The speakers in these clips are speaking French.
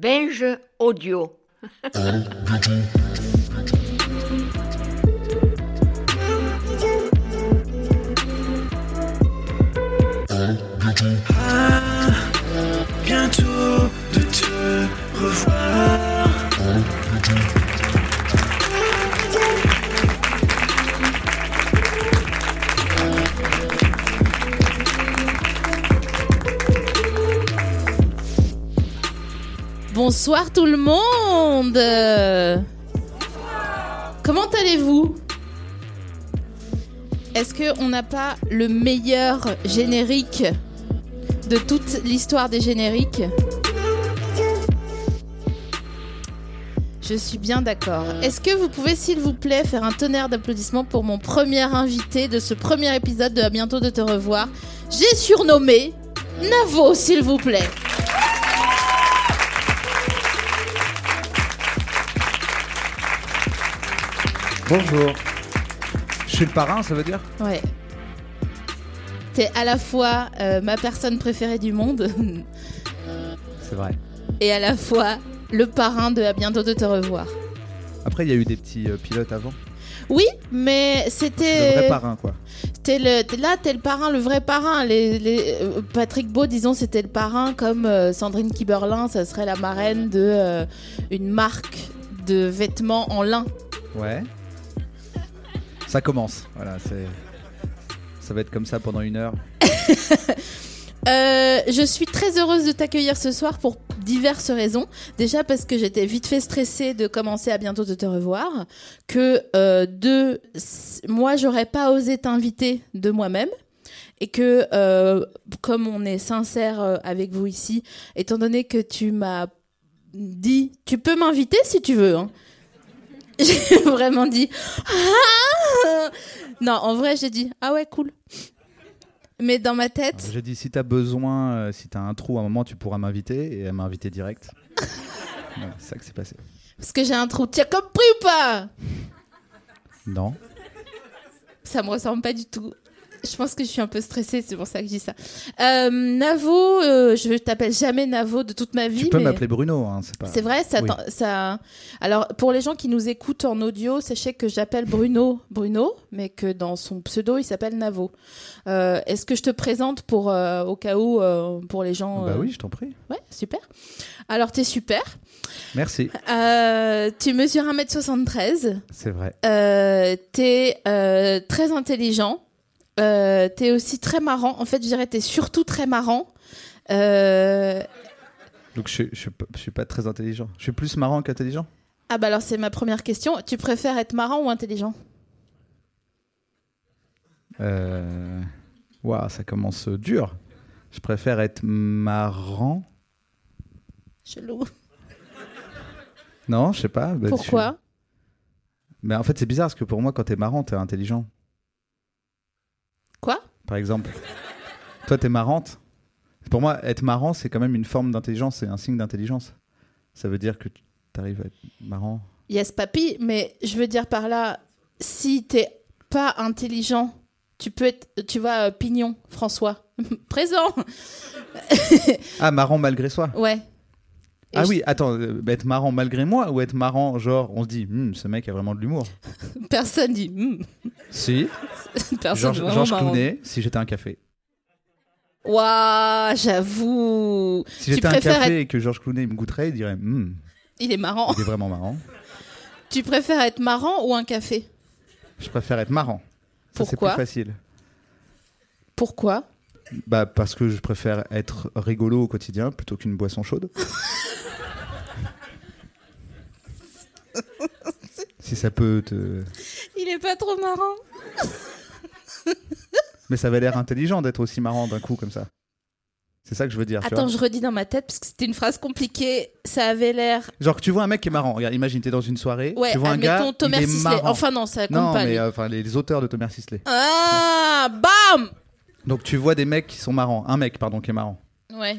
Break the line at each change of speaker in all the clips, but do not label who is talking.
Binge audio.
bientôt de te revoir.
Bonsoir tout le monde Euh, Comment allez-vous Est-ce qu'on n'a pas le meilleur générique de toute l'histoire des génériques Je suis bien d'accord. Est-ce que vous pouvez, s'il vous plaît, faire un tonnerre d'applaudissements pour mon premier invité de ce premier épisode de À bientôt de te revoir J'ai surnommé Navo, s'il vous plaît.
Bonjour. Je suis le parrain, ça veut dire
Ouais. T'es à la fois euh, ma personne préférée du monde
C'est vrai.
et à la fois le parrain de À bientôt de te revoir.
Après, il y a eu des petits euh, pilotes avant.
Oui, mais
Le
c'était.
vrai parrain, quoi.
t'es le- t'es- là, t'es le parrain, le vrai parrain. Les, les- euh, Patrick Beau, disons, c'était le parrain, comme euh, Sandrine Kiberlin, ça serait la marraine de euh, une marque de vêtements en lin.
Ouais. Ça commence. Voilà, c'est. Ça va être comme ça pendant une heure.
Euh, je suis très heureuse de t'accueillir ce soir pour diverses raisons. Déjà parce que j'étais vite fait stressée de commencer à bientôt de te revoir, que euh, de s- moi j'aurais pas osé t'inviter de moi-même. Et que, euh, comme on est sincère euh, avec vous ici, étant donné que tu m'as dit, tu peux m'inviter si tu veux. hein. J'ai vraiment dit, Ah non, en vrai, j'ai dit, ah ouais, cool. Mais dans ma tête,
Alors, J'ai dit si t'as besoin, euh, si t'as un trou à un moment, tu pourras m'inviter. Et elle m'a invité direct. Voilà, c'est ça que c'est passé.
Parce que j'ai un trou. Tu as compris ou pas
Non.
Ça me ressemble pas du tout. Je pense que je suis un peu stressée, c'est pour ça que je dis ça. Euh, Navo, euh, je t'appelle jamais Navo de toute ma vie.
tu peux
mais-
m'appeler Bruno, hein, c'est pas.
C'est vrai, ça,
Oui.
t'en- ça. Alors, pour les gens qui nous écoutent en audio, sachez que j'appelle Bruno Bruno, mais que dans son pseudo, il s'appelle Navo. Euh, Est-ce que je te présente pour euh, au cas où euh, pour les gens
Bah
euh,
oui, je t'en prie.
Ouais, super. Alors, t'es super.
Merci.
Euh, tu mesures 1m73.
C'est vrai.
Euh, t'es euh, très intelligent. Euh, t'es aussi très marrant. En fait, je dirais t'es surtout très marrant. Euh,
Donc je, je, suis pas- je suis pas très intelligent. Je suis plus marrant qu'intelligent.
Ah bah alors c'est ma première question. Tu préfères être marrant ou intelligent
Euh... Waouh, ça commence dur. Je préfère être marrant. Bah,
Chelou.
Non, je sais pas. bah,
Pourquoi
tu- Mais en fait, c'est bizarre parce que pour moi, quand t'es marrant, t'es intelligent.
Quoi
Par exemple, toi, t'es marrante. Pour moi, être marrant, c'est quand même une forme d'intelligence, c'est un signe d'intelligence. Ça veut dire que tu arrives à être marrant.
Yes papy, mais je veux dire par là, si t'es pas intelligent, tu peux être, tu vois, euh, pignon, François. Présent
Ah, marrant malgré soi.
Ouais. Et
ah
je-
oui, attends, euh, bah, être marrant malgré moi ou être marrant, genre, on se dit, Hum, ce mec a vraiment de l'humour.
Personne dit... hmm.
Si,
Personne
Georges
dit
Georges Clooney, si j'étais un café.
Waouh, j'avoue.
Si
Tu
j'étais un
préfères
café et que Georges Clooney me goûterait, il dirait, Hum,
Il est marrant.
il est vraiment marrant.
Tu préfères être marrant ou un café
Je préfère être marrant. Ça, c'est plus
Pourquoi
facile.
Pourquoi
Bah parce que je préfère être rigolo au quotidien plutôt qu'une boisson chaude. si ça peut te...
Il est pas trop marrant.
Mais ça avait l'air intelligent d'être aussi marrant d'un coup comme ça. C'est ça que je veux dire. tu
Attends,
vois.
je redis dans ma tête parce que c'était une phrase compliquée. Ça avait l'air.
Genre que tu vois un mec qui est marrant. Regarde, imagine t'es dans une soirée,
Ouais,
tu vois un gars,
admettons Thomas
il est
Sisley.
marrant.
Enfin, non, ça compte
non,
pas.
mais
lui.
euh, enfin les auteurs de Thomas Sisley.
Ah, bam
Donc tu vois des mecs qui sont marrants, un mec pardon qui est marrant.
Ouais.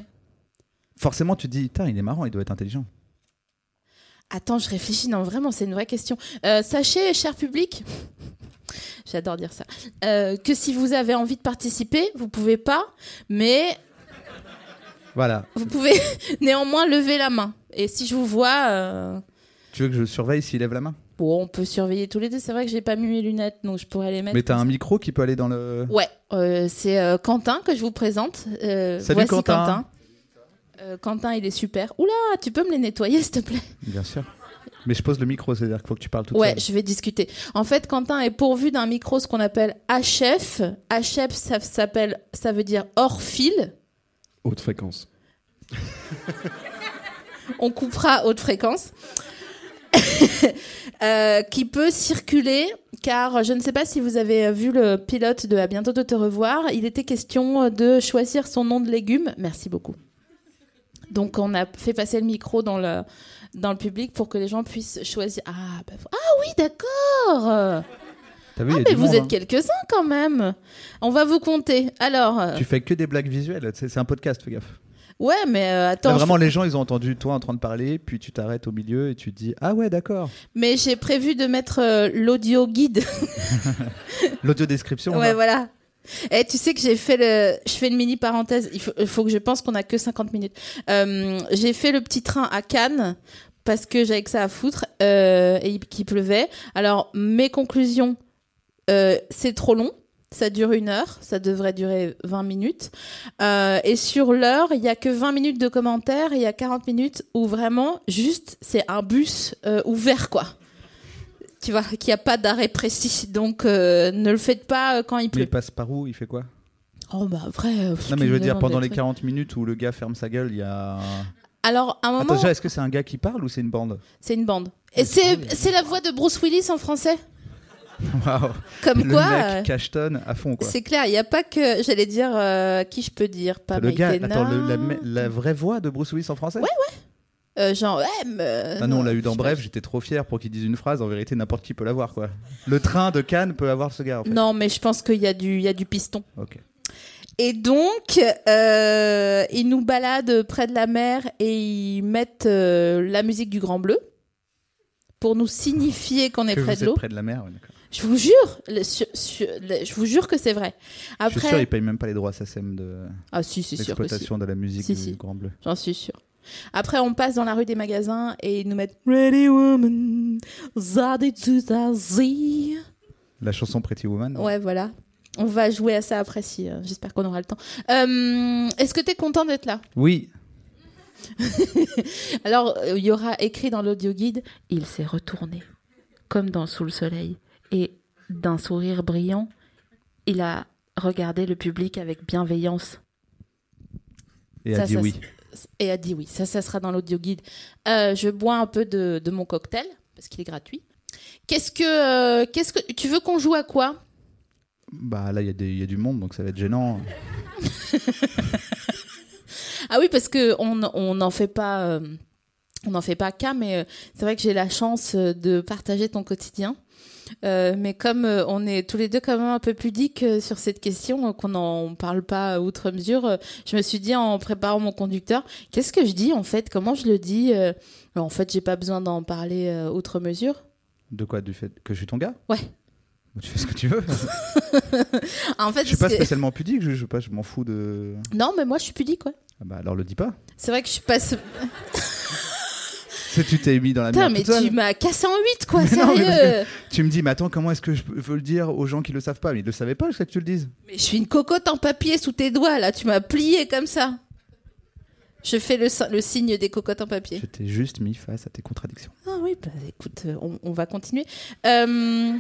Forcément tu te dis, putain, il est marrant, il doit être intelligent.
Attends, je réfléchis. Non, vraiment, c'est une vraie question. Euh, sachez, cher public, j'adore dire ça, euh, que si vous avez envie de participer, vous pouvez pas, mais
Voilà.
vous pouvez néanmoins lever la main. Et si je vous vois, euh,
Tu veux que je surveille s'il lève la main
bon, on peut surveiller tous les deux. C'est vrai que j'ai pas mis mes lunettes, donc je pourrais les mettre.
Mais t'as
comme
un
ça.
micro qui peut aller dans le.
Ouais, euh, c'est euh, Quentin que je vous présente. Euh,
Salut,
voici
Quentin.
Quentin. Euh, Quentin, il est super. Oula, tu peux me les nettoyer, s'il te plaît
Bien sûr. Mais je pose le micro, c'est-à-dire qu'il faut que tu parles tout
Ouais,
seul.
je vais discuter. En fait, Quentin est pourvu d'un micro, ce qu'on appelle HF. HF, ça s'appelle, ça veut dire hors fil.
Haute fréquence.
On coupera haute fréquence. Euh, qui peut circuler, car je ne sais pas si vous avez vu le pilote de À bientôt de te revoir. Il était question de choisir son nom de légume. Merci beaucoup. Donc, on a fait passer le micro dans le, dans le public pour que les gens puissent choisir. Ah, bah, ah oui, d'accord!
T'as vu, il y
Ah,
a
mais
du
vous
monde,
êtes
hein.
quelques-uns quand même. On va vous compter. Alors, euh,
Tu fais que des blagues visuelles, tu sais, c'est un podcast, fais gaffe.
ouais, mais euh,
Là,
attends. je-
vraiment, les gens, ils ont entendu toi en train de parler, puis tu t'arrêtes au milieu et tu te dis Ah ouais, d'accord.
Mais j'ai prévu de mettre euh, l'audio guide.
L'audio description.
ouais, voilà. Et tu sais que j'ai fait le, je fais une mini parenthèse. Il faut, il faut que je pense qu'on a que 50 minutes. Euh, j'ai fait le petit train à Cannes parce que j'avais que ça à foutre euh, et il- qu'il pleuvait. Alors mes conclusions, euh, c'est trop long. Ça dure une heure, ça devrait durer 20 minutes. Euh, et sur l'heure, il y a que 20 minutes de commentaires, et il y a 40 minutes où vraiment, juste, c'est un bus euh, ouvert, quoi. Tu vois, qu'il n'y a pas d'arrêt précis, donc euh, ne le faites pas euh, quand il
Mais
pleut.
il passe par où Il fait quoi
Oh bah après. euh, pff,
Non,
tu
mais je
me
veux dire,
demandes
pendant
des
les
trucs. Ah
40 minutes où le gars ferme sa gueule, il y a.
Alors, à un
Attends,
moment,
déjà, est-ce que c'est un gars qui parle ou c'est une bande
c'est une bande. Et c'est c'est la voix de Bruce Willis en français.
Waouh
Comme
Le
quoi, euh,
mec Cashton à fond, quoi.
c'est clair, il n'y a pas que. J'allais dire euh, qui je peux dire. Pas
le gars,
Maïtena,
attends, le- la, me- la vraie voix de Bruce Willis en français Ouais,
euh, genre, eh, mais, euh,
Ah non, on l'a eu dans
je sais
Bref,
pas.
j'étais trop fier pour qu'il dise une phrase. En vérité, n'importe qui peut l'avoir, quoi. Le train de Cannes peut avoir ce gars, en fait.
Non, mais je pense qu'il y, a du- il y a du piston.
Ok.
Et donc, euh, ils nous baladent près de la mer et ils mettent euh, la musique du Grand Bleu pour nous signifier qu'on est
Que vous
près
êtes
de l'eau.
près de la mer, ouais, d'accord.
Je vous jure, le- sur- sur- le- je vous jure que c'est vrai.
Je suis sûr,
Après,
ils payent même pas les droits SACEM de
ah si, c'est sûr que si.
l'exploitation de la musique
Si,
du
si.
Grand Bleu.
J'en suis sûre. Après, on passe dans la rue des magasins et ils nous mettent Ready Woman, Zadie to Zazie.
La chanson Pretty Woman.
Ouais, voilà. On va jouer à ça après si. euh, J'espère qu'on aura le temps. Euh, Est-ce que t'es content d'être là
Oui.
Alors, euh, il y aura écrit dans l'audio guide Il s'est retourné, comme dans Sous le soleil, et d'un sourire brillant, il a regardé le public avec bienveillance
Et a
Ça,
dit
ça,
oui.
et a dit oui. Ça, ça sera dans l'audio guide. Euh, je bois un peu de, de mon cocktail, parce qu'il est gratuit. Qu'est-ce que, euh, qu'est-ce que. Tu veux qu'on joue à quoi
Bah là, il y, a des- il y a du monde, donc ça va être gênant.
Ah oui, parce que on on n'en fait pas, euh, on n'en fait pas cas, mais euh, c'est vrai que j'ai la chance euh, de partager ton quotidien. Euh, mais comme euh, on est tous les deux quand même un peu pudiques euh, sur cette question, euh, qu'on n'en parle pas outre mesure, euh, je me suis dit en préparant mon conducteur, qu'est-ce que je dis en fait Comment je le dis Euh, En fait, j'ai pas besoin d'en parler euh, outre mesure.
De quoi Du fait que je suis ton gars
Ouais.
Tu fais ce que tu veux.
Ah, En fait,
je suis pas
parce que-
spécialement pudique, je, je sais pas, je m'en fous de.
non, mais moi je suis pudique, ouais.
Ah bah alors le dis pas.
C'est vrai que je suis pas.
C'est tu t'es mis dans la
Putain,
merde.
mais
toute seule.
tu m'as cassé en 8 quoi,
Mais
sérieux
non, mais parce que- Tu me dis, mais attends, comment est-ce que je peux veux le dire aux gens qui le savent pas Mais ils le savaient pas jusqu'à que tu le dises.
Mais je suis une cocotte en papier sous tes doigts, là. Tu m'as plié comme ça. Je fais le, si- le signe des cocottes en papier.
Je t'ai juste mis face à tes contradictions.
Ah oui, bah écoute, euh, on, on va continuer. Euh,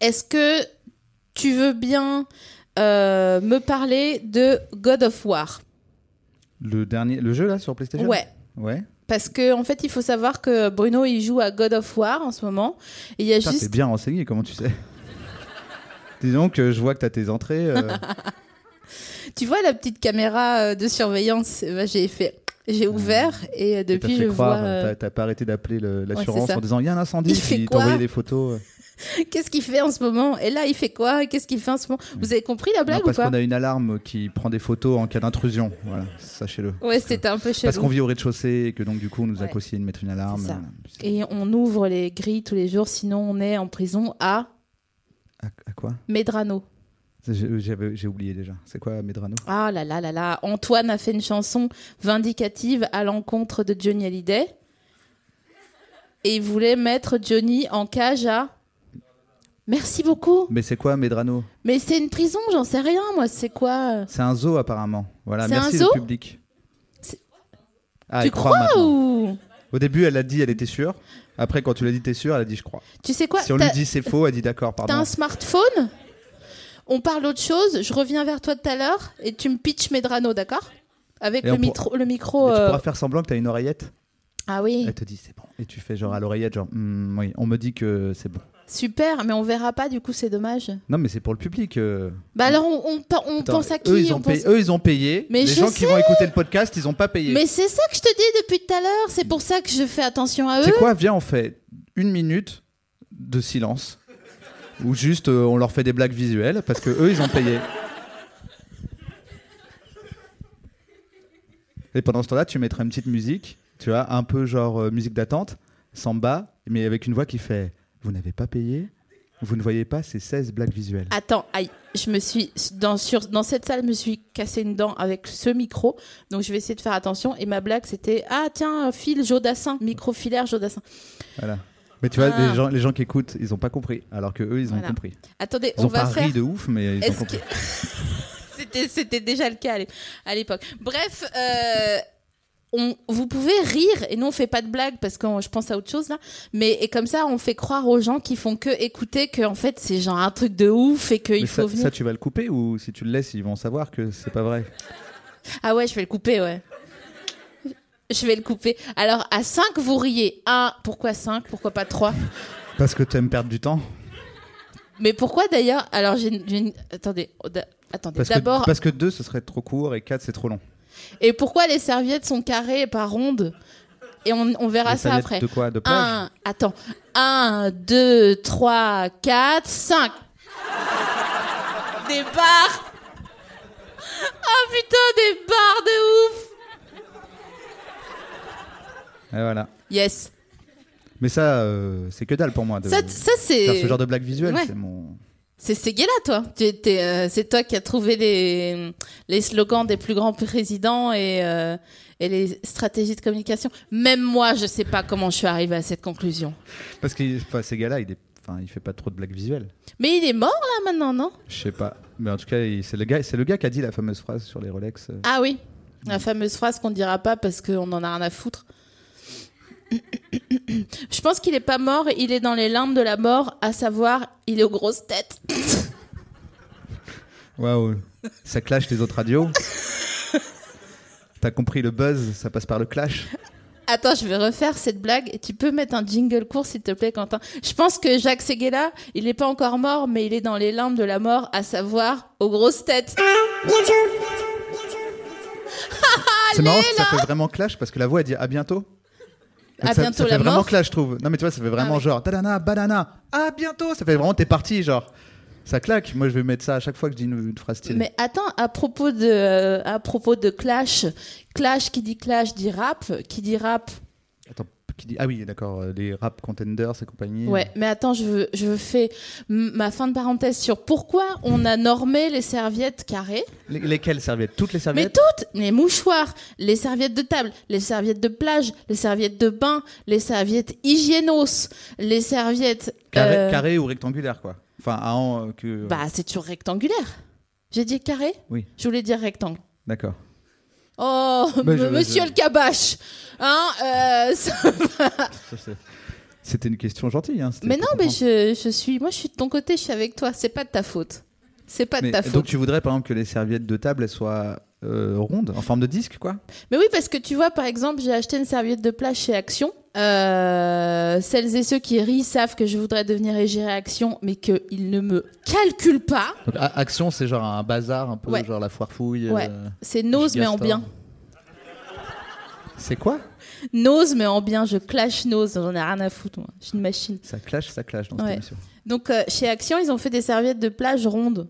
Est-ce que tu veux bien euh, me parler de God of War
Le dernier, le jeu là sur PlayStation.
Ouais.
Ouais.
Parce que en fait, il faut savoir que Bruno il joue à God of War en ce moment. Et il y a
Putain,
juste
t'es bien renseigné, comment tu sais Dis donc, euh, je vois que t'as tes entrées. euh,
Tu vois la petite caméra euh, de surveillance euh, bah, J'ai fait, j'ai ouvert et euh,
Et t'as
depuis
fait
je
croire,
vois. euh,
t'as- T'as pas arrêté d'appeler le- l'assurance
ça.
en disant il y a un incendie,
Il fait
puis
quoi
t'envoyais des photos. euh.
Qu'est-ce qu'il fait en ce moment Et là, il fait quoi Qu'est-ce qu'il fait en ce moment Vous avez compris la
Non,
blague ou
parce
pas
qu'on a une alarme qui prend des photos en cas d'intrusion. Voilà, sachez-le.
Ouais, c'était un peu
Parce qu'on
chelou.
vit au rez-de-chaussée et que donc du coup on nous a
Ouais.
conseillé de mettre une alarme. Euh,
C'est ça.
C'est-
Et on ouvre les grilles tous les jours, sinon on est en prison à
À, à quoi
Medrano.
J'ai j'avais- j'ai oublié déjà. C'est quoi Medrano
Ah là là là là, Antoine a fait une chanson vindicative à l'encontre de Johnny Hallyday. Et il voulait mettre Johnny en cage à. Merci beaucoup.
Mais c'est quoi Medrano
Mais c'est une prison, j'en sais rien, moi. C'est quoi euh,
C'est un zoo apparemment. Voilà,
C'est un
merci
zoo
le public.
C'est-
Ah,
Tu
elle croit
crois
maintenant.
ou
Au début, elle a dit, elle était sûre. Après, quand tu l'as dit, t'es sûre, elle a dit, je crois.
Tu sais quoi
si on
T'as-
lui dit c'est faux, elle dit d'accord,
T'as
pardon.
un smartphone On parle autre chose. Je reviens vers toi tout à l'heure et tu me pitches Medrano, d'accord Avec
Et
le,
on pour-
mitro- le micro.
Et tu
euh,
pourras faire semblant que t'as une oreillette.
Ah oui,
Elle te dit c'est bon. Et tu fais genre à l'oreillette, genre Hmm, oui, on me dit que c'est bon.
super, mais on verra pas, du coup, c'est dommage.
Non, mais c'est pour le public. euh.
Bah alors, on, on pa- on
Attends,
pense à qui
eux, ils ont
on pense-
payé, eux, ils ont payé.
Mais
Les
je
gens qui
sais
vont écouter le podcast, ils ont pas payé.
Mais c'est ça que je te dis depuis tout à l'heure. C'est pour ça que je fais attention à
C'est
eux.
quoi Viens, on fait une minute de silence. Ou juste, euh, on leur fait des blagues visuelles parce que eux, ils ont payé. Et pendant ce temps-là, tu mettrais une petite musique, tu vois, un peu genre euh, musique d'attente, samba, mais avec une voix qui fait Vous n'avez pas payé Vous ne voyez pas ces 16 blagues visuelles.
Attends, aïe, je me suis dans sur dans cette salle, je me suis cassé une dent avec ce micro, donc je vais essayer de faire attention. Et ma blague, c'était ah tiens, fil Jodassin, microfilaire Jodassin.
Voilà. Mais tu vois,
Ah.
les, gens, les gens qui écoutent, ils ont pas compris, alors que eux, ils ont
Voilà.
compris.
Attendez,
Ils
on
ont
va
pas
faire.
ri de ouf, mais ils ont
Est-ce
compris.
que- c'était, c'était déjà le cas à l'é- à l'époque. Bref, euh, on, vous pouvez rire, et nous on fait pas de blagues parce que je pense à autre chose là, mais et comme ça on fait croire aux gens qui font que écouter que en fait c'est genre un truc de ouf et qu'il
Mais
faut
ça,
venir.
ça, tu vas le couper ou si tu le laisses, ils vont savoir que c'est pas vrai.
Ah ouais, je vais le couper, ouais. Je vais le couper. Alors à 5 vous riez. 1, pourquoi 5 Pourquoi pas 3
Parce que tu aimes perdre du temps.
Mais pourquoi d'ailleurs Alors j'ai une- j'ai une- Attendez, d- attendez.
Parce
D'abord,
que, parce que 2, ce serait trop court et 4, c'est trop long.
Et pourquoi les serviettes sont carrées et pas rondes Et on, on verra
Les
ça
serviettes
après.
De quoi De plage
Un, attends. 1, 2, 3, 4, 5. Des barres Oh putain, des barres de ouf
Et voilà.
Yes.
Mais ça, euh, c'est que dalle pour moi. De
Ça, t- ça
faire ce
c'est.
genre de blague visuelle,
Ouais.
c'est mon.
C'est Seguela, toi. Tu étais, euh, c'est toi qui as trouvé les, les slogans des plus grands présidents et, euh, et les stratégies de communication. Même moi, je sais pas comment je suis arrivée à cette conclusion.
Parce que enfin, ces gars-là, il, est... enfin, il fait pas trop de blagues visuelles.
Mais il est mort là maintenant, non
Je sais pas. Mais en tout cas, il- c'est le, gars... c'est le gars qui a dit la fameuse phrase sur les Rolex. euh,
Ah oui, la fameuse phrase qu'on ne dira pas parce qu'on en a rien à foutre. Je pense qu'il est pas mort, il est dans les limbes de la mort, à savoir, il est aux grosses têtes.
Waouh, ça clash les autres radios. T'as compris le buzz, ça passe par le clash.
Attends, je vais refaire cette blague. Et tu peux mettre un jingle court, s'il te plaît, Quentin. Je pense que Jacques Seguela, il n'est pas encore mort, mais il est dans les limbes de la mort, à savoir aux grosses têtes.
C'est marrant, ça fait vraiment clash parce que la voix elle dit à bientôt. Donc
À
ça,
bientôt
ça fait
la
vraiment
mort. Ah
clash, je trouve. Non mais tu vois, ça fait vraiment
ouais.
genre tadana, banana, à bientôt. Ça fait vraiment t'es parti, genre. Ça claque. Moi je vais mettre ça à chaque fois que je dis une, une phrase stylée.
Mais attends, à propos de, euh, à propos de Clash, Clash qui dit Clash dit rap, qui dit rap
Attends, qui dit Ah oui, d'accord, euh, les rap contenders et compagnie.
Ouais, mais attends, je, veux- je fais m- ma fin de parenthèse sur pourquoi on a normé les serviettes carrées.
Les- lesquelles serviettes Toutes les
Mais
serviettes
toutes Les mouchoirs, les serviettes de table, les serviettes de plage, les serviettes de bain, les serviettes hygiénos, les serviettes...
Carré,
euh,
carré ou rectangulaire quoi. Enfin, à en, euh, que.
Bah, c'est toujours rectangulaire. J'ai dit carré
Oui,
Je voulais dire rectangle.
d'accord.
Oh,
Bah, je-
monsieur
je-
le cabache Hein euh, ça-
Ça, c'est- C'était une question gentille. Hein, c'était
Mais non,
pour
mais
comprendre.
je, je suis... Moi, je suis de ton côté, je suis avec toi. C'est pas de ta faute. C'est pas de
Mais
ta faute.
donc tu voudrais par exemple que les serviettes de table elles soient euh, rondes, en forme de disque quoi
Mais oui, parce que tu vois, par exemple, j'ai acheté une serviette de plage chez Action. Euh, celles et ceux qui rient savent que je voudrais devenir égérie action, mais qu'ils ne me calculent pas.
Donc, A- Action, c'est genre un bazar, un peu
Ouais.
genre la foire fouille.
Ouais,
euh,
c'est nose mais en
Gigastorm.
hein.
bien.
C'est quoi
Nose mais en bien, je clash nose, j'en ai rien à foutre, moi. je suis une machine.
Ça clash, ça clash dans
Ouais.
cette émission.
Donc euh, chez Action, ils ont fait des serviettes de plage rondes.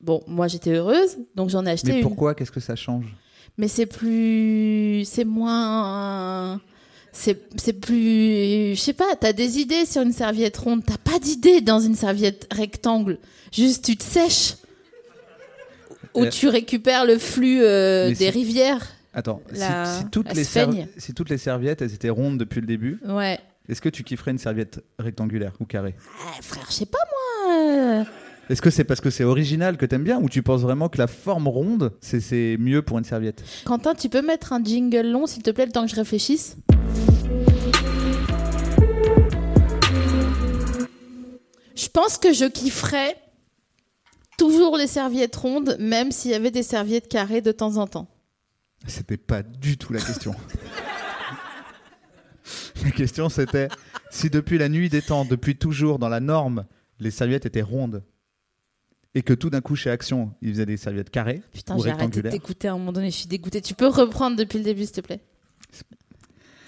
Bon, moi j'étais heureuse, donc j'en ai acheté
Mais
une.
pourquoi Qu'est-ce que ça change
Mais c'est plus. C'est moins. C'est c'est plus. Je sais pas, t'as des idées sur une serviette ronde. T'as pas d'idées dans une serviette rectangle. Juste, tu te sèches. Ou
Euh.
tu récupères le flux euh,
Mais
des
si-
rivières.
Attends, si-
La-
si, toutes
la
les serv-
sphaigne.
si toutes les serviettes, elles étaient rondes depuis le début,
Ouais.
est-ce que tu kifferais une serviette rectangulaire ou carrée
Ah, frère, je sais pas moi. euh,
Est-ce que c'est parce que c'est original que t'aimes bien ou tu penses vraiment que la forme ronde, c'est- c'est mieux pour une serviette
Quentin, tu peux mettre un jingle long, s'il te plaît, le temps que je réfléchisse Je pense que je kifferais toujours les serviettes rondes, même s'il y avait des serviettes carrées de temps en temps.
C'était pas du tout la question. la question c'était si depuis la nuit des temps, depuis toujours dans la norme, les serviettes étaient rondes et que tout d'un coup chez Action, ils faisaient des serviettes carrées
Putain,
ou
j'ai arrêté de
rectangulaires.
t'écouter à un moment donné, je suis dégoûtée. Tu peux reprendre depuis le début, s'il te plaît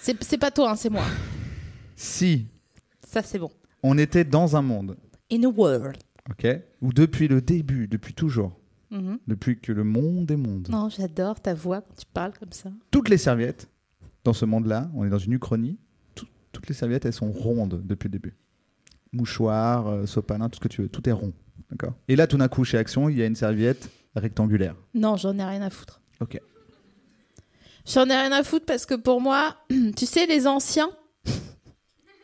C'est c'est pas toi, hein, c'est moi.
Si
Ça, c'est bon.
on était dans un monde,
In a world.
OK Où depuis le début, depuis toujours,
Mhm.
depuis que le monde est monde,
Non, j'adore ta voix quand tu parles comme ça.
toutes les serviettes dans ce monde-là, on est dans une uchronie, tout- toutes les serviettes, elles sont rondes depuis le début. Mouchoir, euh, sopalin, tout ce que tu veux, tout est rond. D'accord Et là, tout d'un coup, chez Action, il y a une serviette rectangulaire.
Non, j'en ai rien à foutre.
Ok.
J'en ai rien à foutre parce que pour moi, tu sais, les anciens,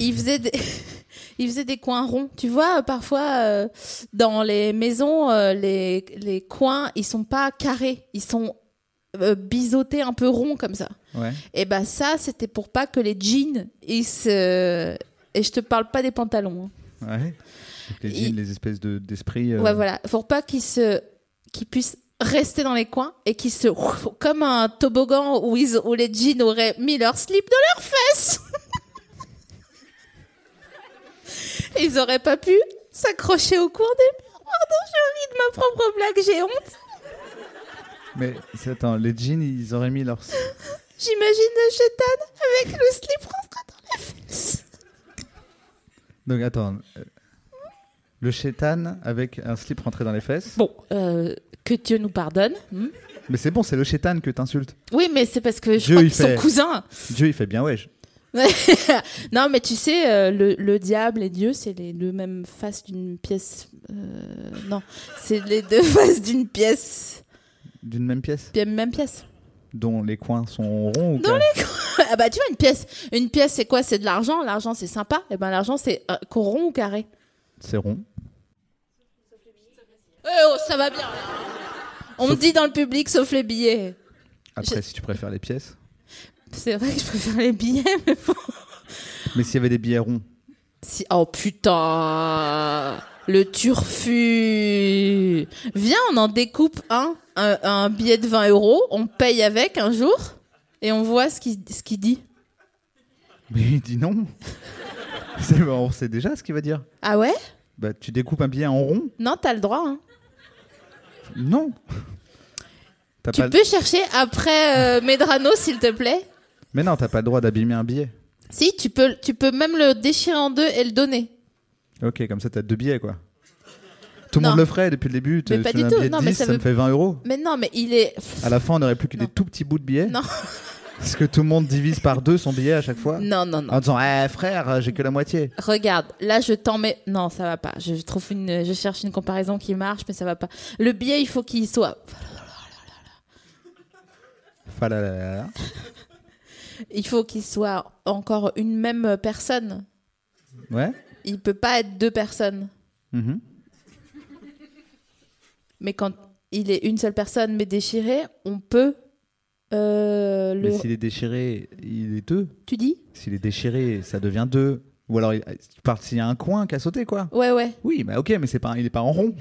ils faisaient des, ils faisaient des coins ronds. Tu vois, euh, parfois, euh, dans les maisons, euh, les, les coins, ils sont pas carrés, ils sont euh, biseautés un peu ronds comme ça.
Ouais.
Et ben ça, c'était pour pas que les jeans, ils se... Et je te parle pas des pantalons. hein.
ouais. Donc, les
Et-
jeans, les espèces de- d'esprits. euh,
Ouais, voilà. Faut pas qu'ils se, qu'ils puissent rester dans les coins et qu'ils se, comme un toboggan où ils, où les jeans auraient mis leur slip dans leurs fesses. ils auraient pas pu s'accrocher au cours des murs. Pardon, j'ai envie de ma propre blague, j'ai honte.
Mais c'est- attends, les jeans, ils auraient mis leur.
J'imagine le chétane avec le slip rentré dans les fesses.
Donc attends. euh, Le chétan avec un slip rentré dans les fesses.
Bon, euh, que Dieu nous pardonne. hmm.
Mais c'est bon, c'est le chétan que t'insultes.
Oui, mais c'est parce que je
Dieu,
crois
il
qu'ils sont
fait-
cousins.
Dieu, il fait bien wesh.
non, mais tu sais, euh, le, le diable et Dieu, c'est les deux mêmes faces d'une pièce. euh, non, c'est les deux faces d'une pièce.
D'une même pièce,
Bien, Même pièce.
dont les coins sont ronds ou
Dans
carrés
ah bah tu vois, une pièce. Une pièce, c'est quoi C'est de l'argent. L'argent, c'est sympa. Et ben l'argent, c'est euh, qu'on rond ou carré.
C'est rond.
Eh oh, ça va bien. On me dit dans le public, sauf les billets.
Après,
Je-
si tu préfères les pièces.
C'est vrai que je préfère les billets, mais bon.
Mais s'il y avait des billets ronds,
Si- Oh putain Le turfu Viens, on en découpe un, un, un billet de 20 euros, on paye avec un jour, et on voit ce qu'il ce qu'il dit.
mais il dit non. C'est- on sait déjà ce qu'il va dire.
Ah ouais
Bah, tu découpes un billet en rond
Non, t'as le droit. hein.
Non. T'as
Tu
pas le-
peux chercher après euh, Medrano, s'il te plaît
Mais non, t'as pas le droit d'abîmer un billet.
Si, tu peux, tu peux même le déchirer en deux et le donner.
Ok, comme ça, t'as deux billets, quoi. Tout le
Non.
monde le ferait depuis le début. Tu
pas
tu
du
mets un
tout.
billet de
Non, mais
10,
ça
ça,
veut-
me fait 20 euros.
Mais non, mais il est...
À la fin, on n'aurait plus que
Non.
des tout petits bouts de billets.
Non.
Parce que tout le monde divise par deux son billet à chaque fois.
Non, non, non.
En disant, eh frère, j'ai que la moitié.
Regarde, là je t'en mets. Non, ça va pas. Je trouve une, je cherche une comparaison qui marche, mais ça va pas. Le billet, il faut qu'il soit
Falalala.
Il faut qu'il soit encore une même personne.
Ouais.
Il peut pas être deux personnes.
Mhm.
Mais quand il est une seule personne mais déchiré, on peut euh, le.
Mais s'il est déchiré, il est deux.
Tu dis
S'il est déchiré, ça devient deux. Ou alors, il- tu parles s'il y a un coin qui a sauté, quoi.
Ouais, ouais.
Oui, bah ok, mais c'est pas, il est pas en rond.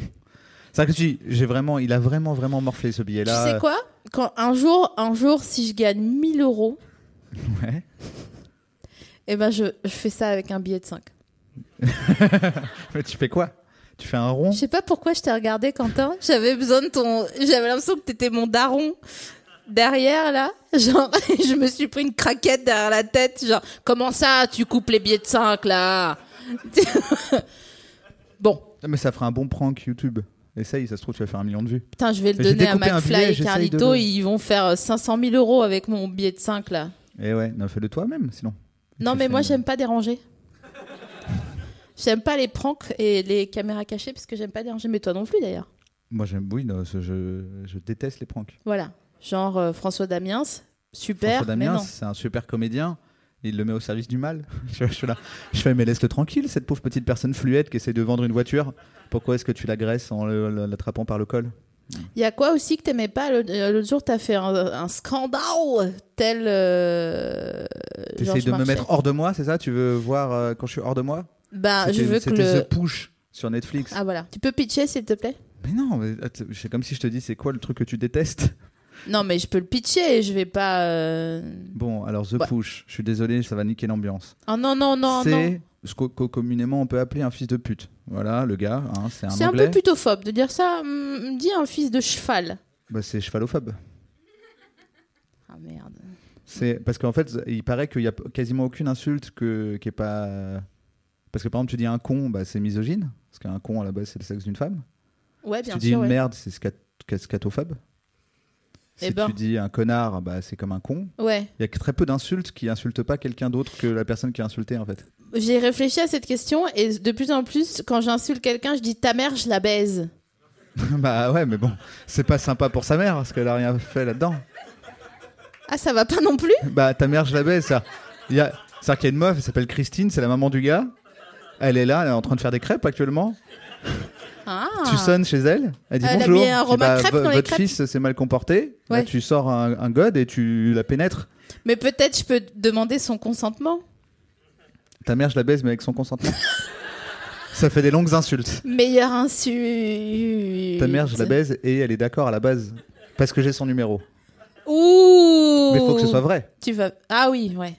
C'est vrai que tu dis, j'ai vraiment, il a vraiment, vraiment morflé ce
tu sais
billet-là.
quoi Quand un jour, un jour, si je gagne 1000 euros,
Ouais.
Et ben je, je fais ça avec un billet de 5.
Mais tu fais quoi Tu fais un rond
Je sais pas pourquoi je t'ai regardé, Quentin. J'avais besoin de ton. J'avais l'impression que t'étais mon daron derrière là. Genre, je me suis pris une craquette derrière la tête. Genre, comment ça, tu coupes les billets de 5 là Bon,
Non, Mais ça fera un bon prank YouTube. Essaye, ça se trouve, tu vas faire un million de vues.
putain, je vais le
J'ai
donner à
découpé un
McFly
billet,
et
j'essaye
Carlito.
de-
Ils vont faire euh, 500 000 euros avec mon billet de 5 là.
Et Eh ouais, non, fais-le toi-même, sinon.
Non,
Tu
mais
fais-
moi, j'aime pas déranger. J'aime pas les pranks et les caméras cachées parce que j'aime pas déranger. Mais toi non plus d'ailleurs.
Moi, j'aime. Oui, non, ce- je, je déteste les pranks.
Voilà. Genre euh, François Damiens, super.
François
mais
Damiens,
non.
c'est un super comédien. Il le met au service du mal. je, je suis là. Je fais, mais laisse-le tranquille, cette pauvre petite personne fluette qui essaie de vendre une voiture. Pourquoi est-ce que tu l'agresses en le- le- l'attrapant par le col
Il y a quoi aussi que t'aimais pas L'autre euh, l'autre jour, t'as fait un, un scandale tel. Euh,
T'essayes
Georges
de me
Marchais.
mettre hors de moi, c'est ça Tu veux voir euh, quand je suis hors de moi
Bah, je
C'était-
veux que
C'était
le.
ce push sur Netflix.
Ah voilà. Tu peux pitcher, s'il te plaît
Mais non, mais att- c'est comme si je te dis c'est quoi le truc que tu détestes.
Non, mais je peux le pitcher. Je vais pas. euh,
Bon, alors The
Ouais.
Push, je suis désolé, ça va niquer l'ambiance.
Ah non, non, non, non.
c'est ce que que communément on peut appeler un fils de pute. Voilà, le gars, hein, c'est un
C'est un
anglais.
peu plutophobe de dire ça. Hum, dis un fils de cheval.
Bah, c'est chevalophobe.
Ah merde.
C'est parce qu'en fait, il paraît qu'il y a p- quasiment aucune insulte que qui est pas parce que par exemple tu dis un con, bah, c'est misogyne parce qu'un con à la base c'est le sexe d'une femme.
Ouais,
Si
bien
tu dis
sûr.
une
ouais.
merde, c'est scat- ca- scatophobe. Si
Eh ben.
tu dis un connard, bah, c'est comme un con.
Ouais.
Il y a que très peu d'insultes qui insultent pas quelqu'un d'autre que la personne qui a insulté en fait.
J'ai réfléchi à cette question et de plus en plus, quand j'insulte quelqu'un, je dis ta mère, je la baise.
bah ouais, mais bon, c'est pas sympa pour sa mère parce qu'elle a rien fait là-dedans.
Ah, ça va pas non plus
Bah ta mère, je la baise ça. Il y a ça qu'il y a une meuf, elle s'appelle Christine, c'est la maman du gars. Elle est là, elle est en train de faire des crêpes actuellement.
Ah.
Tu sonnes chez elle, elle dit
Elle a
bonjour.
mis un
Tu dis, bah,
Romain Crêpe
vo-
dans les
votre
crêpes.
fils s'est mal comporté. Là,
Ouais.
tu sors un, un god et tu la pénètres.
Mais peut-être je peux demander son consentement.
Ta mère, je la baise, mais avec son consentement. Ça fait des longues insultes.
Meilleure insulte.
Ta mère, je la baise et elle est d'accord à la base. Parce que j'ai son numéro.
Ouh
Mais faut
Oh.
que ce soit vrai.
Tu vas. Ah oui, ouais.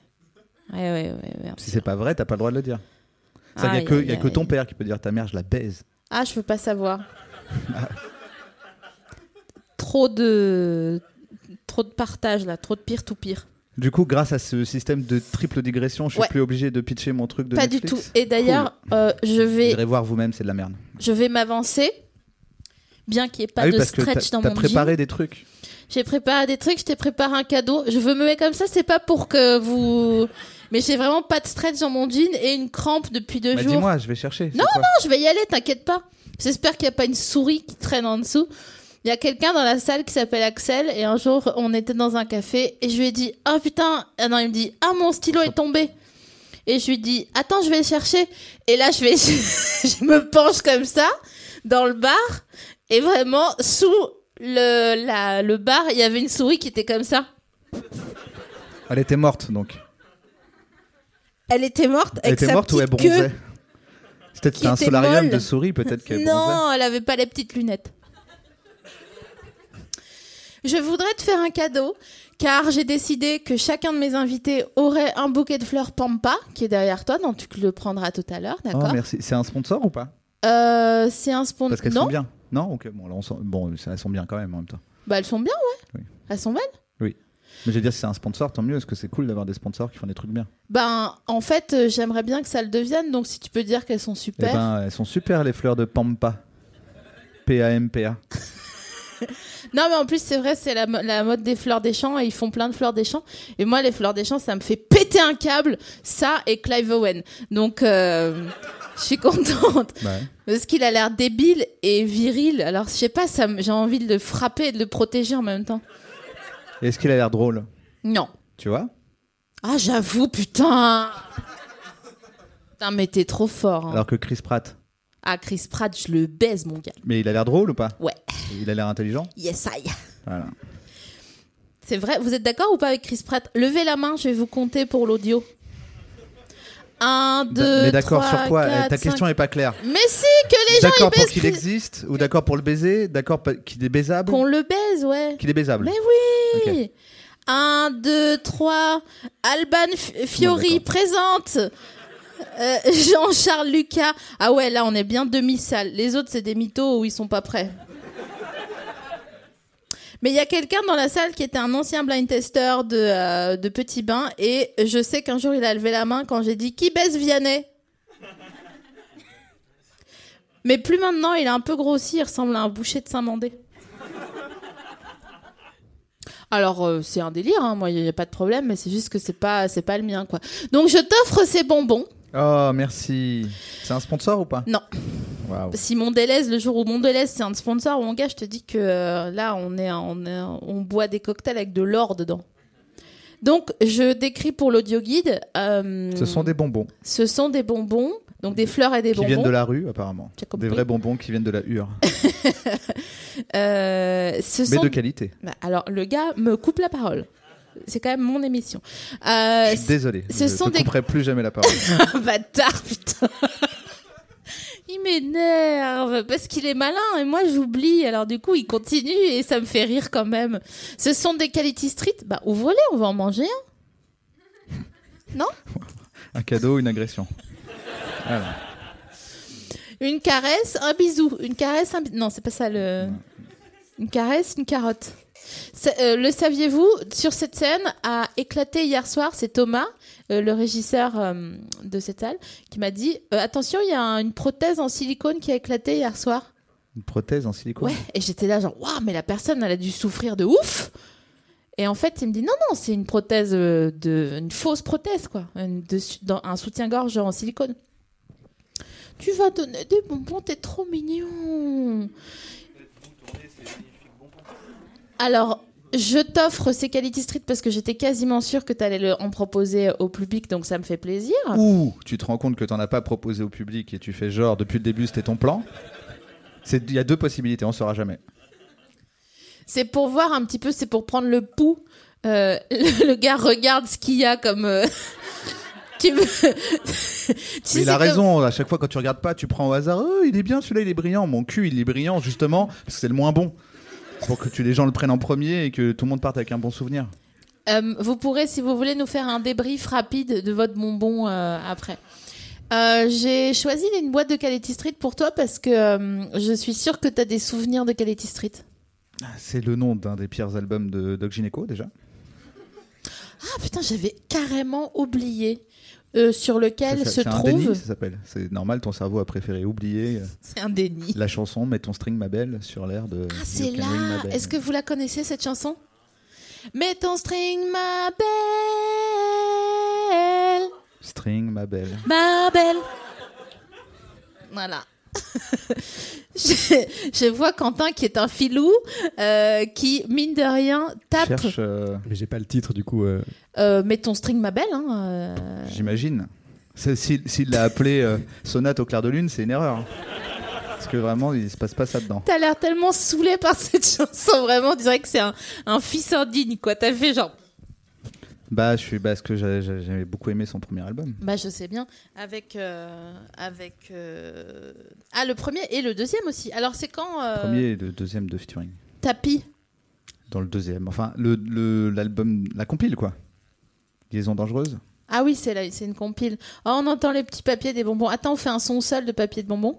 Ouais, ouais, ouais. ouais.
Si c'est pas vrai, t'as pas le droit de le dire. Il n'y a,
Aïe,
que- y a
aïe,
que ton
aïe.
père qui peut dire ta mère, je la baise.
Ah, je veux pas savoir. trop de. Trop de partage là, trop de pire tout pire.
Du coup, grâce à ce système de triple digression, je suis
Ouais.
plus obligé de pitcher mon truc de
Pas
Netflix.
du tout. Et d'ailleurs, euh, je
Vous
vais,
irez voir vous-même, c'est de la merde.
je vais m'avancer, bien qu'il n'y ait pas
ah oui,
de
parce que
stretch
t'as
dans
t'as
mon jean.
préparé des trucs.
J'ai préparé des trucs, je t'ai préparé un cadeau. Je veux me mettre comme ça, c'est pas pour que vous. Mais j'ai vraiment pas de stretch dans mon jean et une crampe depuis deux
Bah,
jours.
Dis-moi, je vais chercher. c'est
Non,
quoi
je vais y aller, t'inquiète pas. J'espère qu'il n'y a pas une souris qui traîne en dessous. Il y a quelqu'un dans la salle qui s'appelle Axel et un jour on était dans un café et je lui ai dit ah putain ah non il me dit ah mon stylo est tombé et je lui dis attends je vais le chercher et là je vais je me penche comme ça dans le bar et vraiment sous le la- le bar il y avait une souris qui était comme ça
Elle était morte donc.
elle était morte
Elle
avec
était
sa
morte ou elle
petite queue.
bronzait C'est Peut-être
qui
que c'était un
était
solarium
molle.
de souris, peut-être qu'elle bronzait.
Non, elle avait pas les petites lunettes. Je voudrais te faire un cadeau car j'ai décidé que chacun de mes invités aurait un bouquet de fleurs Pampa qui est derrière toi, donc tu le prendras tout à l'heure,
Oh,
d'accord
merci. C'est un sponsor ou pas
Euh, C'est un sponsor.
Parce qu'elles
non
sont bien. Non Ok, bon, là, on sent- bon, ça- elles sont bien quand même en même temps.
Bah elles sont bien, ouais.
Oui.
Elles sont belles.
Mais je veux dire, si c'est un sponsor, tant mieux, parce que c'est cool d'avoir des sponsors qui font des trucs bien.
Ben en fait, euh, j'aimerais bien que ça le devienne, donc si tu peux dire qu'elles sont
Eh
super.
ben, elles sont super, les fleurs de Pampa. P-A-M-P-A.
Non, mais en plus, c'est vrai, c'est la, mo- la mode des fleurs des champs et ils font plein de fleurs des champs. Et moi, les fleurs des champs, ça me fait péter un câble, ça et Clive Owen. Donc, euh, je suis contente
Ouais.
parce qu'il a l'air débile et viril. Alors, je sais pas, ça me- j'ai envie de le frapper et de le protéger en même temps.
Et Est-ce qu'il a l'air drôle
Non.
Tu vois
Ah, j'avoue, putain. Putain, mais t'es trop fort. hein.
Alors que Chris Pratt.
Ah, Chris Pratt, je le baise, mon gars.
Mais il a l'air drôle ou pas
Ouais.
Il a l'air intelligent
Yes, I.
Voilà.
C'est vrai, vous êtes d'accord ou pas avec Chris Pratt Levez la main, je vais vous compter pour l'audio. 1, 2,
Mais d'accord
3,
sur quoi Eh,
4,
Ta question est pas claire.
Mais si, que les gens ils
D'accord pour
baisent
qu'il
Chris-
existe Ou d'accord pour le baiser D'accord pa- qu'il est baisable
Qu'on le baise, ouais.
Qu'il est baisable
Mais oui
Ok.
1, 2, 3. Alban F- Fiori présente. Euh, Jean-Charles Lucas. Ah ouais, là, on est bien demi-sale. Les autres, c'est des mythos où ils sont pas prêts. Mais il y a quelqu'un dans la salle qui était un ancien blind tester de, euh, de Petit Bain et je sais qu'un jour il a levé la main quand j'ai dit qui baisse Vianney Mais plus maintenant, il a un peu grossi, il ressemble à un boucher de Saint-Mandé. Alors euh, c'est un délire, hein, moi il n'y a pas de problème, mais c'est juste que c'est pas c'est pas le mien quoi. Donc je t'offre ces bonbons.
Oh, merci. C'est un sponsor ou pas
Non,
Waouh.
si Mondelez le jour où Mondelez c'est un sponsor, mon gars, je te dis que euh, là on est on est- on boit des cocktails avec de l'or dedans. Donc je décris pour l'audio guide. euh,
Ce sont des bonbons
ce sont des bonbons, donc des fleurs et des
qui
bonbons.
viennent de la rue, apparemment.
J'ai compris.
Des vrais bonbons qui viennent de la hure,
Euh, ce
mais
sont
de qualité.
Bah, alors, le gars me coupe la parole. C'est quand même mon émission. Euh,
Je suis désolé.
ce
je
sont
ne
des-
couperai plus jamais la parole.
c'est un bâtard, putain. Il m'énerve parce qu'il est malin et moi j'oublie. Alors du coup, il continue et ça me fait rire quand même. Ce sont des quality street. Bah, ouvrez-les, on va en manger un.
un cadeau, une agression.
Une caresse, un bisou. Une caresse, un bisou. Non, c'est pas ça le. Une caresse, une carotte. C'est- euh, le saviez-vous Sur cette scène a éclaté hier soir, c'est Thomas, euh, le régisseur euh, de cette salle, qui m'a dit euh, Attention, il y a un- une prothèse en silicone qui a éclaté hier soir.
Une prothèse en silicone.
Ouais, et j'étais là, genre Waouh, mais la personne, elle a dû souffrir de ouf Et en fait, il me dit Non, non, c'est une prothèse, euh, de, une fausse prothèse, quoi. Une- de- dans, un soutien-gorge en silicone. Tu vas donner des bonbons, t'es trop mignon. Alors, je t'offre ces Quality Street parce que j'étais quasiment sûre que t'allais le- en proposer au public, donc ça me fait plaisir.
Ou tu te rends compte que t'en as pas proposé au public et tu fais genre depuis le début c'était ton plan. C'est- Il y a deux possibilités, on saura jamais.
C'est pour voir un petit peu, c'est pour prendre le pouls. Euh, le, le gars regarde ce qu'il y a comme. euh, qui veut- Tu sais,
Mais il a
c'est comme-
raison, à chaque fois quand tu regardes pas, tu prends au hasard, Oh, il est bien celui-là, il est brillant, mon cul il est brillant justement, parce que c'est le moins bon. Pour que tu, les gens le prennent en premier et que tout le monde parte avec un bon souvenir.
Euh, vous pourrez, si vous voulez, nous faire un débrief rapide de votre bonbon euh, après. Euh, J'ai choisi une boîte de Quality Street pour toi parce que euh, je suis sûre que tu as des souvenirs de Quality Street.
C'est le nom d'un des pires albums de Doc Gineco déjà.
Ah putain, j'avais carrément oublié euh, sur lequel
Ça,
se
c'est un déni,
trouve.
ça s'appelle. C'est normal, ton cerveau a préféré oublier euh,
C'est un déni.
la chanson Mets ton string ma belle sur l'air de.
Ah,
You
c'est
Can Ring Ma
là.
Bell.
Est-ce que vous la connaissez cette chanson Mets ton string, ma belle,
String ma belle.
ma belle. Voilà. je, je vois Quentin qui est un filou euh, qui mine de rien tape.
Cherche, euh,
Mais j'ai pas le titre du coup. euh.
euh, mets ton string, ma belle. hein, euh.
j'imagine. C'est- S'il s'il l'a appelé euh, Sonate au clair de lune, c'est une erreur. hein. Parce que vraiment, il se passe pas ça dedans.
T'as l'air tellement saoulé par cette chanson, vraiment, on dirait que c'est un, un fils indigne, quoi. T'as fait genre,
Bah, je suis parce que j'a- j'a- j'avais beaucoup aimé son premier album.
Bah, je sais bien. Avec. euh, avec euh, Ah, le premier et le deuxième aussi. Alors, c'est quand. euh,
Premier et le deuxième de featuring.
Tapis.
Dans le deuxième, enfin, le- le- l'album, la compile quoi. Liaison dangereuse.
Ah oui, c'est là, c'est une compile. Oh, on entend les petits papiers des bonbons. Attends, on fait un son seul de papier de bonbons.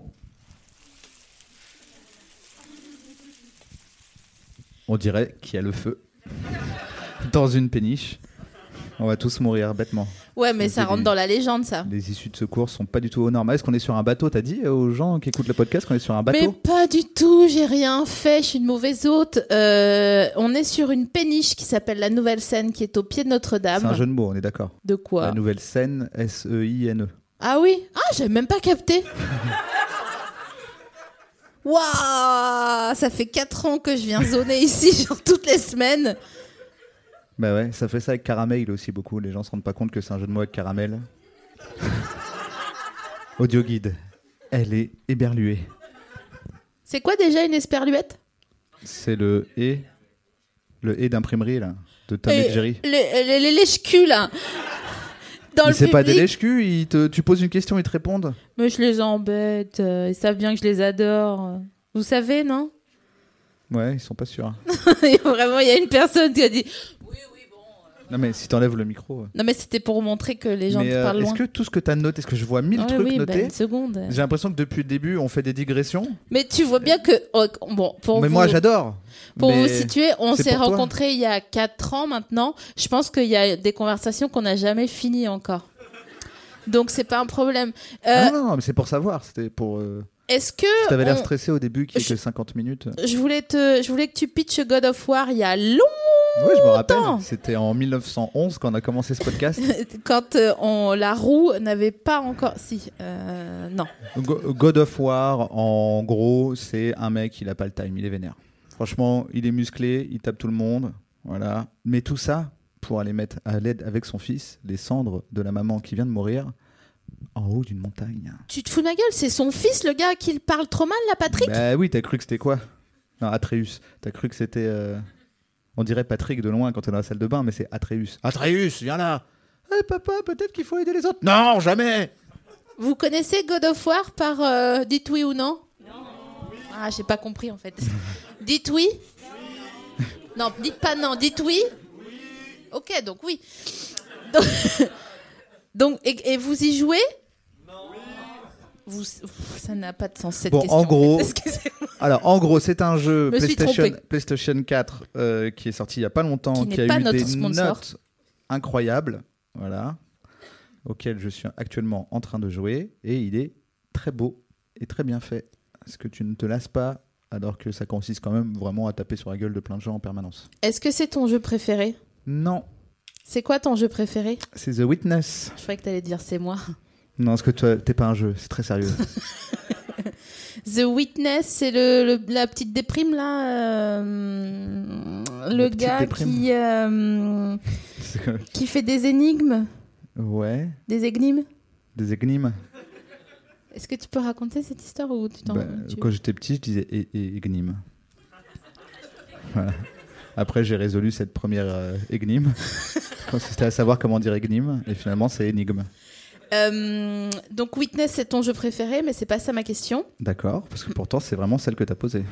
On dirait qu'il y a le feu dans une péniche. On va tous mourir bêtement.
Ouais, mais
Le
ça rentre
début.
dans la légende, ça.
Les issues de secours sont pas du tout au normal. Est-ce qu'on est sur un bateau T'as dit aux gens qui écoutent le podcast qu'on est sur un
Mais
bateau
pas du tout, j'ai rien fait, je suis une mauvaise hôte. Euh, on est sur une péniche qui s'appelle la Nouvelle Seine, qui est au pied de
C'est un
Notre-Dame.
jeu de mots, on est d'accord.
De quoi
La nouvelle scène, E S-E-I-N-E.
Ah oui Ah, j'avais même pas capté Waouh Ça fait 4 ans que je viens zoner ici, genre toutes les semaines.
Bah ouais, ça fait ça avec caramel aussi beaucoup. Les gens se rendent pas compte que c'est un jeu de mots avec caramel. Audio guide. Elle est éberluée.
C'est quoi déjà une esperluette
C'est le et le et d'imprimerie là de Tom et, Jerry.
Les, Euh, les, les lèches-culs, là Dans
Mais
le
c'est pas des
public.
lèches culs, tu poses une question, ils te répondent.
Mais je les embête, euh, ils savent bien que je les adore. Vous savez, non
Ouais, ils sont pas sûrs.
Il y a Vraiment, il y a une personne qui a dit Oui, oui, bon,
Non, mais si t'enlèves le micro. euh.
Non, mais c'était pour montrer que les gens
Mais,
te
euh,
parlent
est-ce
loin.
que tout ce que t'as noté, est-ce que je vois mille
Ouais,
trucs
oui, bah,
notés
une seconde.
J'ai l'impression que depuis le début, on fait des digressions.
Mais tu vois bien que. oh, bon, pour
mais
vous,
moi, j'adore.
pour
Mais
vous situer, on
c'est
s'est
pour toi.
rencontrés il y a 4 ans maintenant. Je pense qu'il y a des conversations qu'on n'a jamais finies encore. Donc, c'est pas un problème. Euh,
Ah non, non, mais c'est pour savoir. C'était pour. euh,
Est-ce que.
si T'avais l'air
on-
stressé au début, qu'il y ait
Je-
que 50 minutes.
Je voulais, te, je voulais que tu pitches God of War il y a longtemps.
Oui, euh, je me rappelle.
Longtemps.
C'était en 1911 qu'on a commencé ce podcast.
quand euh, on, la roue n'avait pas encore. Si, euh, non.
Go- God of War, en gros, c'est un mec, il a pas le time, il est vénère. Franchement, il est musclé, il tape tout le monde, voilà. Mais tout ça pour aller mettre à l'aide avec son fils les cendres de la maman qui vient de mourir en haut d'une montagne.
Tu te fous de ma gueule, c'est son fils, le gars à qui il parle trop mal, la Patrick
Bah oui, t'as cru que c'était quoi Non, Atreus. T'as cru que c'était. euh, On dirait Patrick de loin quand t'es dans la salle de bain, mais c'est Atreus. Atreus, viens là Eh, papa, peut-être qu'il faut aider les autres Non, jamais
Vous connaissez God of War par euh, Dites oui ou non Ah, j'ai pas compris en fait. dites oui Non, dites pas non, dites oui Ok, donc oui. Donc, donc, et, et vous y jouez Non. ça n'a pas de sens cette
Bon, en
question. fait.
gros-
Excusez-moi.
Alors, en gros, c'est un jeu
Me suis
PlayStation,
trompée.
PlayStation 4 euh, qui est sorti il n'y a pas longtemps,
Qui
qui,
n'est
a
pas
eu
notre
des
sponsor.
notes incroyables, voilà, auquel je suis actuellement en train de jouer, et il est très beau et très bien fait. Est-ce que tu ne te lasses pas alors que ça consiste quand même vraiment à taper sur la gueule de plein de gens en permanence
Est-ce que c'est ton jeu préféré
Non,
C'est quoi ton jeu préféré
c'est The Witness.
Je croyais que t'allais dire c'est moi.
Non, parce que toi, t'es pas un jeu, c'est très sérieux.
The Witness, c'est le, le- la petite déprime là, euh, le
petite
gars
déprime.
qui euh,
C'est que-
qui fait des énigmes,
ouais,
des énigmes.
des énigmes.
Est-ce que tu peux raconter cette histoire ou tu t'en
Bah,
tu-
Quand j'étais petit, je disais et, et- énigme. Voilà. Après, j'ai résolu cette première euh, énigme. Consistait à savoir comment dire énigme, et finalement, c'est énigme.
Euh, Donc Witness, c'est ton jeu préféré, mais c'est pas ça ma question.
D'accord, parce que pourtant, c'est vraiment celle que t'as posée.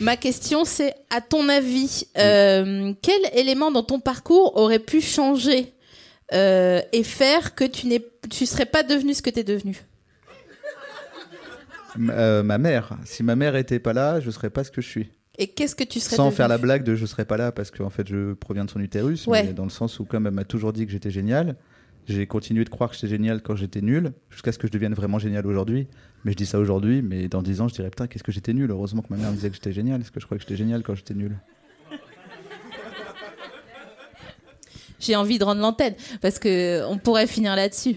Ma question, c'est à ton avis, euh, quel élément dans ton parcours aurait pu changer euh, et faire que tu n'es, tu serais pas devenu ce que t'es devenu
M- euh, ma mère. Si ma mère était pas là, je serais pas ce que je suis.
Et qu'est-ce que tu serais
Sans
devenu
faire la blague de je serais pas là, parce qu'en fait, je proviens de son utérus,
Ouais.
mais dans le sens où, comme elle m'a toujours dit que j'étais génial, j'ai continué de croire que j'étais génial quand j'étais nul, jusqu'à ce que je devienne vraiment génial aujourd'hui. Mais je dis ça aujourd'hui, mais dans 10 ans, je dirais putain, qu'est-ce que j'étais nul. Heureusement que ma mère me disait que j'étais génial, parce que je croyais que j'étais génial quand j'étais nul.
J'ai envie de rendre l'antenne parce que on pourrait finir là-dessus.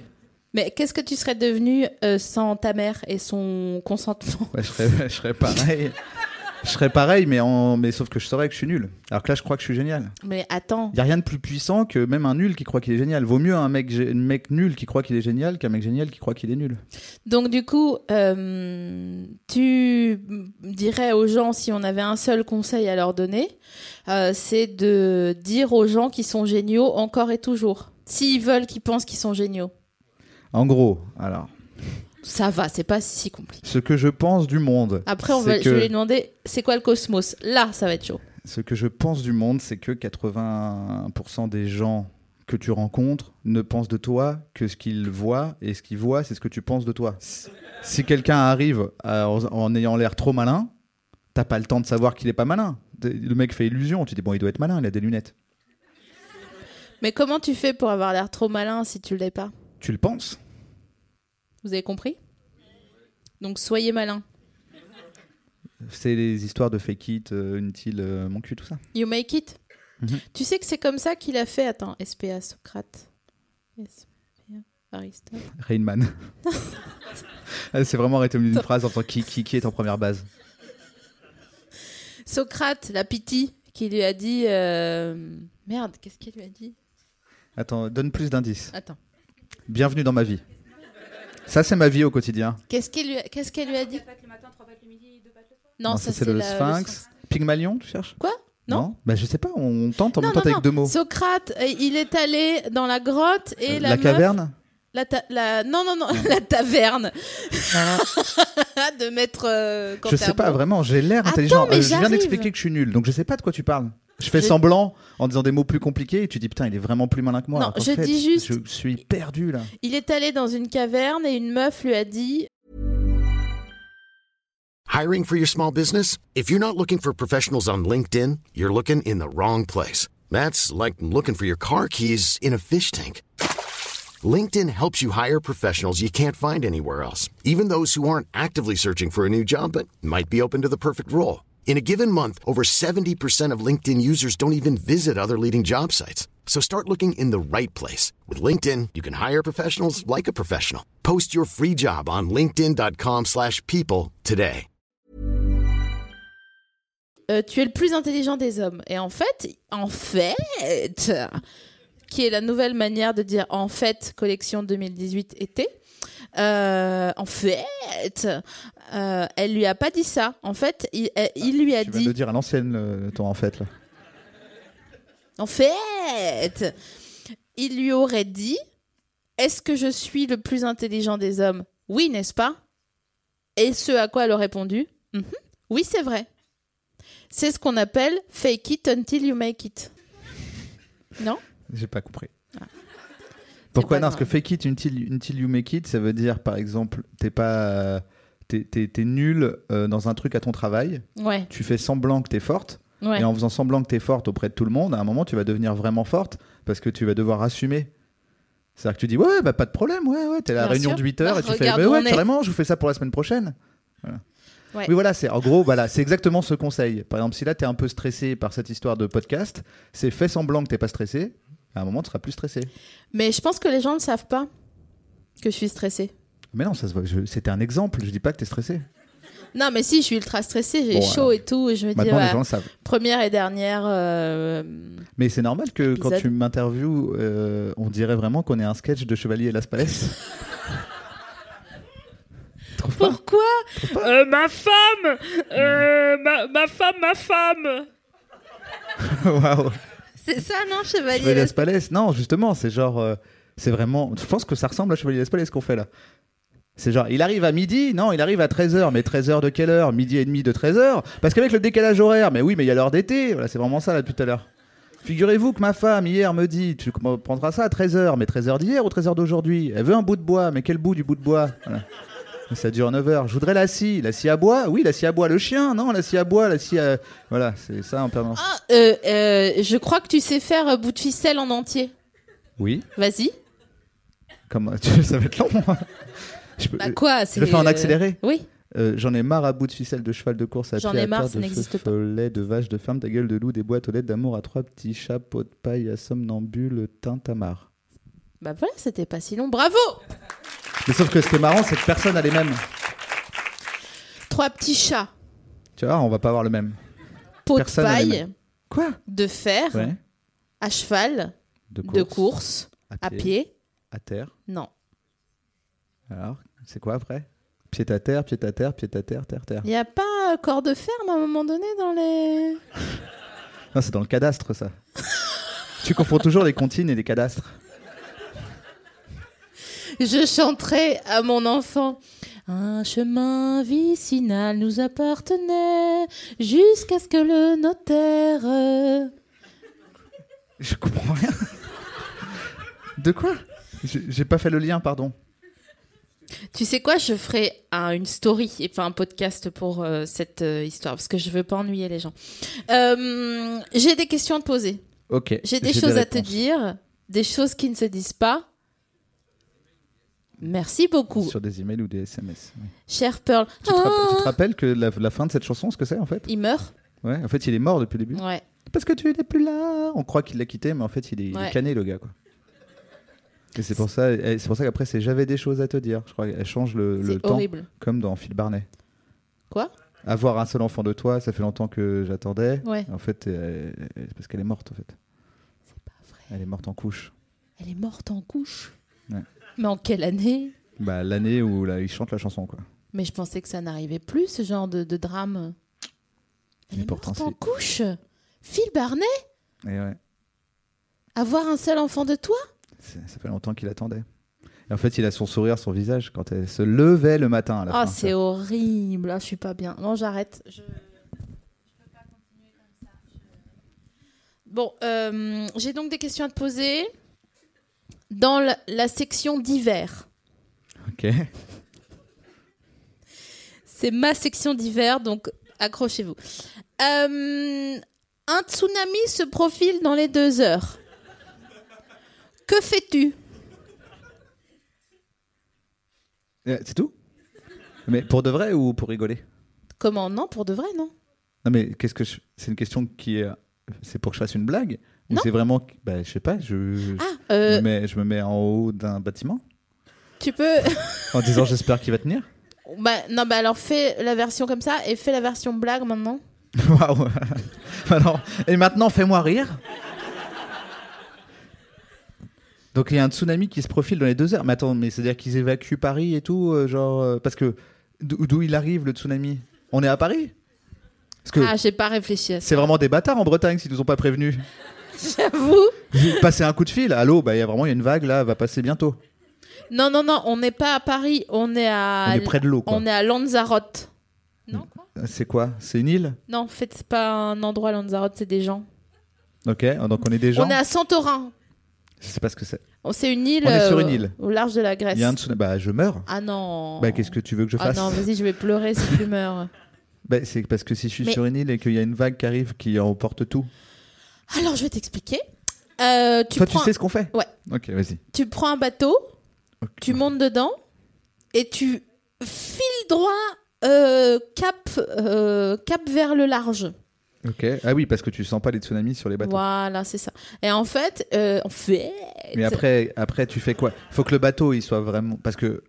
Mais qu'est-ce que tu serais devenu euh, sans ta mère et son consentement
Ouais, je serais, je serais pareil. Je serais pareil, mais, en, mais sauf que je saurais que je suis nul. Alors que là, je crois que je suis génial.
Mais attends,
Il n'y a rien de plus puissant que même un nul qui croit qu'il est génial. Vaut mieux un mec, gé- un mec nul qui croit qu'il est génial qu'un mec génial qui croit qu'il est nul.
donc du coup, euh, tu dirais aux gens si on avait un seul conseil à leur donner, euh, c'est de dire aux gens qui sont géniaux encore et toujours. S'ils veulent qu'ils pensent qu'ils sont géniaux.
En gros, alors.
Ça va, c'est pas si compliqué.
Ce que je pense du monde.
Après, on
c'est
va, je
que-
vais lui demander c'est quoi le cosmos. Là, ça va être chaud.
Ce que je pense du monde, c'est que 80% des gens que tu rencontres ne pensent de toi que ce qu'ils voient, et ce qu'ils voient, c'est ce que tu penses de toi. Si quelqu'un arrive à- en, en ayant l'air trop malin, t'as pas le temps de savoir qu'il est pas malin. Le mec fait illusion, tu dis bon, il doit être malin, il a des lunettes.
Mais comment tu fais pour avoir l'air trop malin si tu l'es pas
Tu le penses
Vous avez compris Donc soyez malin.
C'est les histoires de fake it, euh, until, euh, mon cul, tout ça.
You make it.
Mhm.
Tu sais que c'est comme ça qu'il a fait. Attends, SPA Socrate. SPA Aristote.
Rainman. Ah, C'est vraiment arrêté au milieu d'une phrase en tant qui, qui, qui est en première base.
Socrate, la pitié, qui lui a dit. euh, Merde, qu'est-ce qu'il lui a dit
Attends, donne plus d'indices.
Attends.
Bienvenue dans ma vie. Ça, c'est ma vie au quotidien.
Qu'est-ce qu'il lui, a- qu'est-ce qu'elle lui a dit Non, ça,
c'est le,
la-
sphinx. Pygmalion, tu cherches
Quoi Non.
Bah, je sais pas, on tente en
Non,
même temps
non,
avec
non.
deux mots.
Socrate, euh, il est allé dans la grotte et
Euh,
la,
la
meuf-
caverne
La, ta- la- non, non, non, la taverne de maître. euh,
Je sais pas,
Canterbro.
vraiment, j'ai l'air intelligent.
mais
Euh, je viens
j'arrive.
d'expliquer que je suis nul, donc je sais pas de quoi tu parles. Je fais
Je-
semblant en disant des mots plus compliqués et tu dis putain, il est vraiment plus malin que moi.
Non,
alors qu'en
je
fait,
dis juste-
Je suis perdu là.
Il est allé dans une caverne et une meuf lui a dit
Hiring for your small business? If you're not looking for professionals on LinkedIn, you're looking in the wrong place. That's like looking for your car keys in a fish tank. LinkedIn helps you hire professionals you can't find anywhere else, even those who aren't actively searching for a new job but might be open to the perfect role. In a given month, over 70% of LinkedIn users don't even visit other leading job sites. So start looking in the right place. With LinkedIn, you can hire professionals like a professional. Post your free job on linkedin.com/people slash people today.
Euh, Tu es le plus intelligent des hommes. Et en fait, en fait, qui est la nouvelle manière de dire en fait, collection 2018 été, euh, en fait, euh, elle lui a pas dit ça. En fait, il, euh, il lui a
Tu vas
dit
le dire à l'ancienne, le- toi, en fait. Là.
En fait, il lui aurait dit Est-ce que je suis le plus intelligent des hommes Oui, n'est-ce pas Et ce à quoi elle a répondu Mhm. Oui, c'est vrai. C'est ce qu'on appelle fake it until you make it. Non
J'ai pas compris. Pourquoi
Ah. pas
non Parce que
grave.
fake it until, until you make it, ça veut dire, par exemple, t'es pas. euh, T'es, t'es- t'es nul euh, dans un truc à ton travail,
Ouais,
tu fais semblant que t'es forte,
ouais.
et en faisant semblant que t'es forte auprès de tout le monde, à un moment tu vas devenir vraiment forte parce que tu vas devoir assumer. C'est-à-dire que tu dis ouais, ouais, bah pas de problème, ouais, ouais, t'es à la
Bien
réunion
sûr.
de 8 heures
Ah,
et tu fais
regarde
bah
où
ouais,
on est.
carrément, je vous fais ça pour la semaine prochaine. Voilà.
Ouais.
Oui, voilà, c'est en gros, voilà, c'est exactement ce conseil. Par exemple, si là t'es un peu stressé par cette histoire de podcast, c'est fais semblant que t'es pas stressé. À un moment, tu seras plus stressé.
Mais je pense que les gens ne savent pas que je suis stressée.
Mais non, ça se voit. je- C'était un exemple. Je dis pas que t'es stressé.
Non, mais si, je suis ultra stressée, j'ai
Bon,
chaud
alors.
et tout, et je me dis
Maintenant,
ouais,
les gens le savent.
Première et dernière. euh,
Mais c'est normal que quand
Épisode.
tu m'interviews, euh, on dirait vraiment qu'on est un sketch de Chevalier et Las Palais. Trouve pas
Pourquoi Hmm.
Euh, ma femme euh, ma, ma femme, ma femme
Waouh.
C'est ça, non,
Chevalier
Chevalier
Las Palais. Non, justement, c'est genre. euh, c'est vraiment. Je pense que ça ressemble à Chevalier Las Palais ce qu'on fait là. C'est genre, il arrive à midi, non, il arrive à 13h, mais 13h de quelle heure Midi et demi de 13h Parce qu'avec le décalage horaire, mais oui, mais il y a l'heure d'été, voilà, c'est vraiment ça là tout à l'heure. Figurez-vous que ma femme hier me dit, tu comprendras ça à 13h, mais 13h d'hier ou 13h d'aujourd'hui Elle veut un bout de bois, mais quel bout du bout de bois Voilà. Mais Ça dure 9 heures. Je voudrais la scie. La scie à bois Oui, la scie à bois. Le chien Non, la scie à bois, la scie à... Voilà, c'est ça en permanence.
Ah, euh, euh, je crois que tu sais faire euh, bout de ficelle en entier.
Oui
Vas-y.
Comment tu- Ça va être long. moi. Je, peux-
Euh,
Bah quoi
je le fais en accéléré.
Oui.
Euh, J'en ai marre à bout de ficelle, de cheval, de course, à
J'en
pied,
ai
à
marre,
terre,
ça
de
n'existe
feu,
pas.
follet, de vache, de femme, ta gueule, de loup, des boîtes aux lettres, d'amour à trois petits chats, pot de paille, à somnambule, tintamarre.
Bah voilà, c'était pas si long. Bravo
Mais sauf que ce qui est marrant, c'est que personne a les mêmes.
Trois petits chats.
Tu vois, on va pas avoir le même.
Peau
Personne
de
n'a les
paille,
Quoi
de fer,
Ouais.
à cheval,
De course.
de course, à pied.
À terre.
Non.
Alors, c'est quoi après Pied à terre, pied à terre, pied à terre, terre, terre.
Il n'y a pas euh, corps de ferme à un moment donné dans les.
Non, c'est dans le cadastre, ça. tu confonds toujours les comptines et les cadastres.
Je chanterai à mon enfant. Un chemin vicinal nous appartenait jusqu'à ce que le notaire. euh,
Je comprends rien. De quoi J'ai j'ai pas fait le lien, pardon.
Tu sais quoi, je ferai un- une story et pas un podcast pour euh, cette euh, histoire parce que je veux pas ennuyer les gens. Euh, J'ai des questions à te poser.
Ok.
J'ai des choses à te
réponses.
dire, des choses qui ne se disent pas. Merci beaucoup,
Sur des emails ou des SMS. oui.
chère Pearl.
Tu, te rappelles, tu te
Ah,
rappelles que la, la fin de cette chanson, ce que c'est en fait
il meurt.
Ouais, en fait, il est mort depuis le début.
Ouais.
Parce que tu n'es plus là On croit qu'il l'a quitté, mais en fait, il est, il est
Ouais.
cané, le gars. Quoi. Et c'est pour ça, et c'est pour ça qu'après, c'est J'avais des choses à te dire. Je crois qu'elle change le, le
C'est
temps,
horrible.
comme dans Phil Barnet.
Quoi
Avoir un seul enfant de toi, ça fait longtemps que j'attendais.
Ouais.
En fait, euh, c'est parce qu'elle est morte, en fait.
C'est pas vrai.
Elle est morte en couche.
Elle est morte en couche.
Ouais.
Mais en quelle année
Bah, l'année où là, il chante la chanson, quoi.
Mais je pensais que ça n'arrivait plus, ce genre de, de drame. Elle
Mais
est
pourtant,
morte en
si.
couche. Phil Barnet
Et ouais.
Avoir un seul enfant de toi
C'est- Ça fait longtemps qu'il attendait. Et en fait, il a son sourire, son visage quand elle se levait le matin. À la
Ah,
fin,
c'est
ça.
horrible. Ah, je suis pas bien. Non, j'arrête. Je... Bon, euh, j'ai donc des questions à te poser. Dans la, la section d'hiver,
Ok. Euh,
c'est ma section d'hiver, donc accrochez-vous. Euh, un tsunami se profile dans les deux heures. Que fais-tu
Euh, C'est tout Mais pour de vrai ou pour rigoler
Comment Non, pour de vrai, non
Non, mais qu'est-ce que je- C'est une question qui est. C'est pour que je fasse une blague Ou
Non.
c'est vraiment. Bah, je sais pas, je, je-
Ah, euh,
je me mets, je me mets en haut d'un bâtiment
tu peux.
en disant j'espère qu'il va tenir
bah, non, bah alors fais la version comme ça et fais la version blague maintenant.
Waouh Alors, Et maintenant, fais-moi rire Donc il y a un tsunami qui se profile dans les deux heures. Mais attends, mais c'est-à-dire qu'ils évacuent Paris et tout euh, Genre. euh, parce que. D'o- D'où il arrive le tsunami On est à Paris Parce que.
Ah, j'ai pas réfléchi à ça.
c'est vraiment des bâtards en Bretagne s'ils nous ont pas prévenus.
J'avoue.
Passer un coup de fil, allô, bah il y a vraiment il y a une vague là, elle va passer bientôt.
Non, non, non, on n'est pas à Paris, on est à.
On est près de l'eau quoi.
Ah,
Mm.
On est à Lanzarote. Non, quoi
C'est quoi C'est une île
Non, en fait, c'est pas un endroit Lanzarote, c'est des gens.
Ok, donc on est des gens.
On est à Santorin.
Je sais pas ce que c'est.
On- C'est une île.
On est sur
euh,
une île.
Au large de la Grèce.
Il y a un tsunami. Bah je meurs.
Ah non.
Bah qu'est-ce que tu veux que je
Ah
fasse
non, vas-y, je vais pleurer si tu meurs.
Bah, c'est parce que si je suis
Mais-
sur une île et qu'il y a une vague qui arrive qui emporte tout.
Alors, je vais t'expliquer. Euh, tu,
Toi,
prends,
tu sais ce qu'on fait
Ouais.
Ok, vas-y.
tu prends un bateau,
Ok.
tu montes dedans et tu files droit euh, cap, euh, cap vers le large.
Ok. Ah oui, parce que tu sens pas les tsunamis sur les bateaux.
Voilà, c'est ça. Et en fait, euh, en fait.
Mais après, après, tu fais quoi Faut que le bateau il soit vraiment parce que.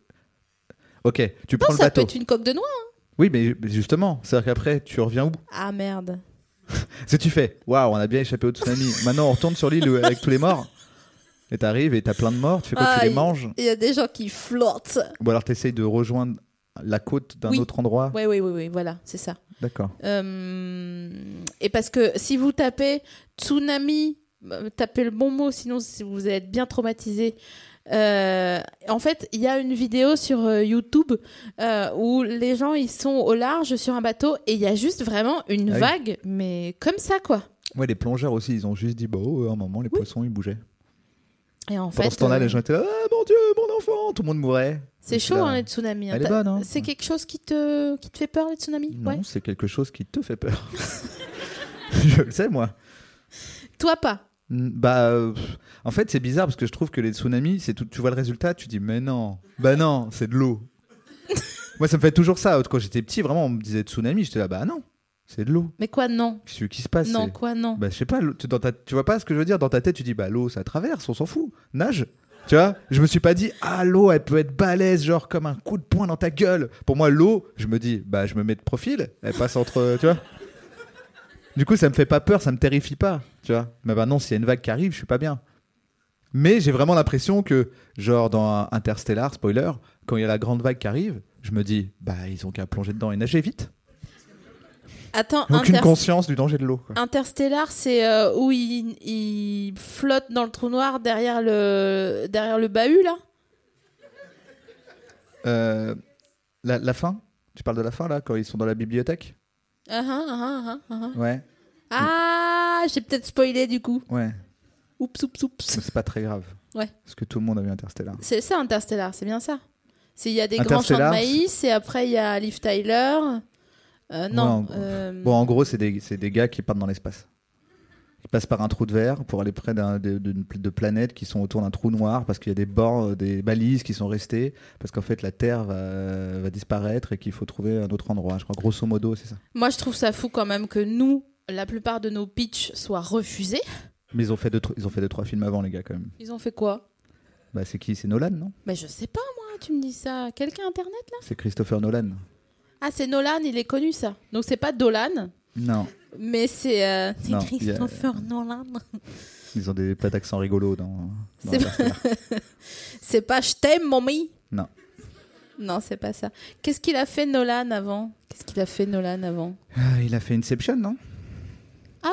Ok, tu prends
Non,
le
ça peut
bateau.
être une coque de noix.
Oui, mais mais justement, c'est-à-dire qu'après, tu reviens où
Ah merde.
Si tu fais, waouh, on a bien échappé au tsunami. Maintenant, on retourne sur l'île où- avec tous les morts. Et t'arrives et t'as plein de morts. Tu fais quoi Tu
Aïe.
les manges
Il y a des gens qui flottent.
Ou alors t'essayes de rejoindre la côte d'un
Oui.
autre endroit
Oui, oui, oui, oui, voilà, c'est ça.
D'accord.
Euh, et parce que si vous tapez tsunami, euh, tapez le bon mot, sinon si vous êtes bien traumatisé. euh, en fait, il y a une vidéo sur euh, YouTube euh, où les gens ils sont au large sur un bateau et il y a juste vraiment une
Ah oui.
vague, mais comme ça quoi.
Ouais, les plongeurs aussi, ils ont juste dit, bah, oh, à un moment, les poissons, ils bougeaient.
Et en
Pendant
fait,
ce temps-là,
euh,
les gens étaient là, ah mon dieu, mon enfant, tout le monde mourait.
c'est
Et puis
chaud
là,
hein, les tsunamis. hein.
Elle est
T'as-
bonne, hein.
C'est quelque chose qui te qui te fait peur les tsunamis.
Non,
Ouais.
c'est quelque chose qui te fait peur. je le sais, moi.
Toi pas.
Mm, Bah, euh, pff, en fait, c'est bizarre parce que je trouve que les tsunamis, c'est tout, tu vois le résultat, tu dis, mais non, bah non, c'est de l'eau. moi, ça me fait toujours ça. Quand j'étais petit, vraiment, on me disait tsunami, j'étais là, bah non, c'est de l'eau.
Mais quoi non
Qu'est-ce qui se passe
Non
c'est-
quoi non.
Bah, je sais pas, l'eau- tu, dans ta- tu vois pas ce que je veux dire Dans ta tête, tu dis, bah, l'eau, ça traverse, on s'en fout, nage. Tu vois Je me suis pas dit, ah, l'eau, elle peut être balèze, genre comme un coup de poing dans ta gueule. Pour moi, l'eau, je me dis, bah, je me mets de profil, elle passe entre. Tu vois Du coup, ça me fait pas peur, ça me terrifie pas. Tu vois Mais bah, non, s'il y a une vague qui arrive, je suis pas bien. Mais j'ai vraiment l'impression que, genre, dans Interstellar, spoiler, quand il y a la grande vague qui arrive, je me dis, bah, ils ont qu'à plonger dedans et nager vite.
Attends.
Aucune
inter-
conscience du danger de l'eau. quoi.
Interstellar, c'est euh, où il, il flotte dans le trou noir derrière le, derrière le bahut, là
Euh, la, la fin Tu parles de la fin là, quand ils sont dans la bibliothèque
Ah, ah, ah, ah, ah, ah.
Ouais,
Ah, j'ai peut-être spoilé du coup.
ouais.
Oups, oups, oups.
Mais C'est pas très grave.
Ouais.
Parce que tout le monde a vu Interstellar.
C'est ça, Interstellar, c'est bien ça. C'est- Il y a des grands champs de
Interstellar,
maïs et après il y a Liv Tyler. Euh, non.
Ouais, en-
euh,
Bon, en gros, c'est des, c'est des gars qui partent dans l'espace. Ils passent par un trou de verre pour aller près d'un- de, de- de planètes qui sont autour d'un trou noir parce qu'il y a des bords, euh, des balises qui sont restées parce qu'en fait la Terre va, va disparaître et qu'il faut trouver un autre endroit. Je crois grosso modo c'est ça.
Moi, je trouve ça fou quand même que nous, la plupart de nos pitchs soient refusés.
Mais ils ont fait deux, tro- ils ont fait deux trois films avant les gars quand même.
Ils ont fait quoi
Bah c'est qui C'est Nolan non
Mais je sais pas, moi, tu me dis ça. Quelqu'un internet là
C'est Christopher Nolan.
Ah, c'est Nolan, il est connu ça. Donc c'est pas Dolan.
Non.
Mais c'est euh, c'est
Non,
Christopher Nolan.
Ils ont des pas d'accent rigolo dans. dans
C'est
Interstellar.
C'est pas Je t'aime, mommy.
Non.
Non, c'est pas ça. Qu'est-ce qu'il a fait Nolan avant Qu'est-ce qu'il a fait Nolan avant
Ah, il a fait Inception, non
Ah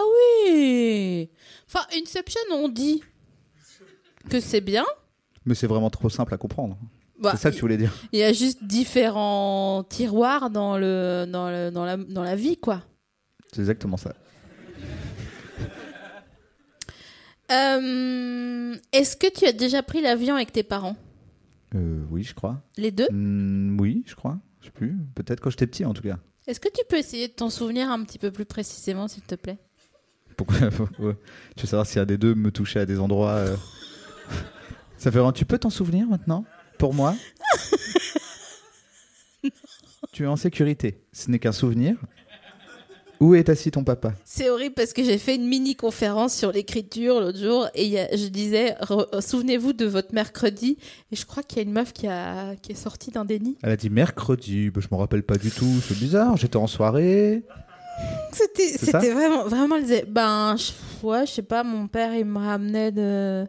oui Enfin, Inception, on dit que c'est bien.
Mais c'est vraiment trop simple à comprendre.
Bah,
c'est ça que tu voulais dire.
Il y a juste différents tiroirs dans, le, dans, le, dans, la, dans la vie, quoi.
C'est exactement ça.
Euh, Est-ce que tu as déjà pris l'avion avec tes parents
Euh, oui, je crois.
Les deux
Hmm, oui, je crois. Je sais plus. Peut-être quand j'étais petit, en tout cas.
Est-ce que tu peux essayer de t'en souvenir un petit peu plus précisément, s'il te plaît
Pourquoi ouais. Je veux savoir si un des deux me touchait à des endroits. euh. Ça fait vraiment. Tu peux t'en souvenir maintenant Pour moi Tu es en sécurité. Ce n'est qu'un souvenir. Où est assis ton papa
C'est horrible parce que j'ai fait une mini conférence sur l'écriture l'autre jour et il y a- je disais re- souvenez-vous de votre mercredi et je crois qu'il y a une meuf qui, a, qui est sortie d'un déni.
Elle a dit mercredi. Bah, je m'en rappelle pas du tout. C'est bizarre. J'étais en soirée.
C'était
C'est ça
c'était vraiment vraiment elle disait, ben je, ouais, je sais pas mon père il me ramenait de,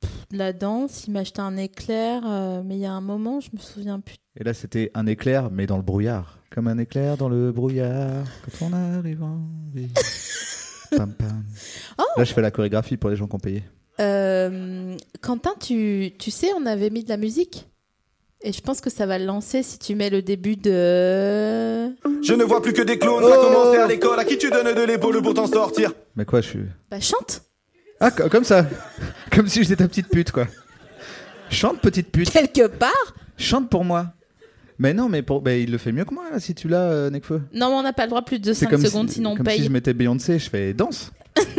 pff, de la danse, il m'achetait un éclair euh, mais il y a un moment je me souviens plus.
Et là, c'était un éclair, mais dans le brouillard. Comme un éclair dans le brouillard. Quand on arrive en ville. Pam, pam.
Oh.
Là, je fais la chorégraphie pour les gens qui ont payé.
Euh, Quentin, tu, tu sais, on avait mis de la musique. Et je pense que ça va le lancer si tu mets le début de...
Je ne vois plus que des clones, ça commence à l'école. À qui tu donnes de l'épaule pour t'en sortir
Mais quoi, je suis.
Bah chante
Ah, co- comme ça. comme si j'étais ta petite pute, quoi. Chante, petite pute.
Quelque part
Chante pour moi. Mais non, mais pour... mais il le fait mieux que moi, là, si tu l'as, euh, Nekfeu.
Non, mais on n'a pas le droit plus de
C'est
5
comme,
secondes,
si,
sinon on
comme
paye.
si je mettais Beyoncé, je fais danse.